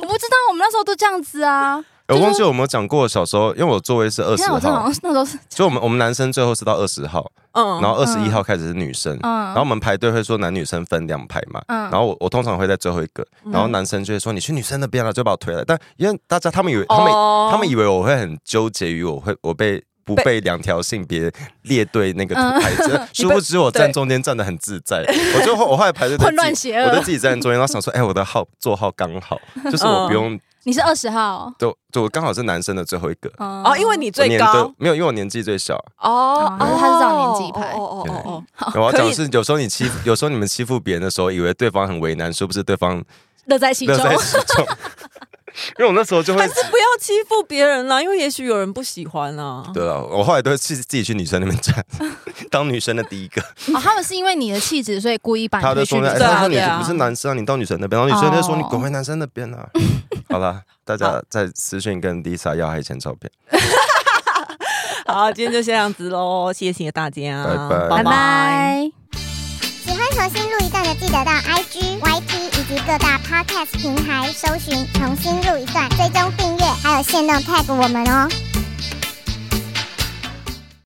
我不知道，我们那时候都这样子啊。
我忘记我有没有讲过，小时候因为我座位是二十
天啊，我真的好
号，
像那时候是，
就我们我们男生最后是到二十号，
嗯，
然后二十一号开始是女生，
嗯
然后我们排队会说男女生分两排嘛，
嗯
然后我我通常会在最后一个，然后男生就会说你去女生那边了，就把我推了。但因为大家他们以为他们、
哦
他们以为我会很纠结于我会我被。不被两条性别列队那个排着，殊不知我站中间站的很自在。我就后我后来排队都自己
混乱邪恶
我就自己站中间，然后想说，哎，我的号座号刚好，就是我不用，
你是二十号
就就我刚好是男生的最后一个，
哦
哦，因为你
我
最
年
高
对没有，因为我年纪最小，
哦，
对
哦
他是照年纪排
哦哦哦哦
我要
可
讲
以
是，有时候你欺负，有时候你们欺负别人的时候，以为对方很为难，殊不知对方
乐在其中
乐，在其 中。因为我那时候就会
还，是不要欺负别人啦，因为也许有人不喜欢啊。
对了，我后来都会去自己去女生那边站， 当女生的第一个。
哦，他们是因为你的气质，所以故意把
他
你
就
推去
说呢，
旅
哎
行
对啊
他说你
对啊
不是男生啊，你到女生那边，然后女生就说
哦
你滚回男生那边啊。好了，大家在私讯跟 Lisa 要她以前照片，
好，今天就这样子喽，谢谢大家，
拜拜
拜拜。
喜欢重新录一段的，记得到 IG、YT 以及各大 Podcast 平台搜寻“重新录一段”，追踪订阅，还有限定 tag 我们哦。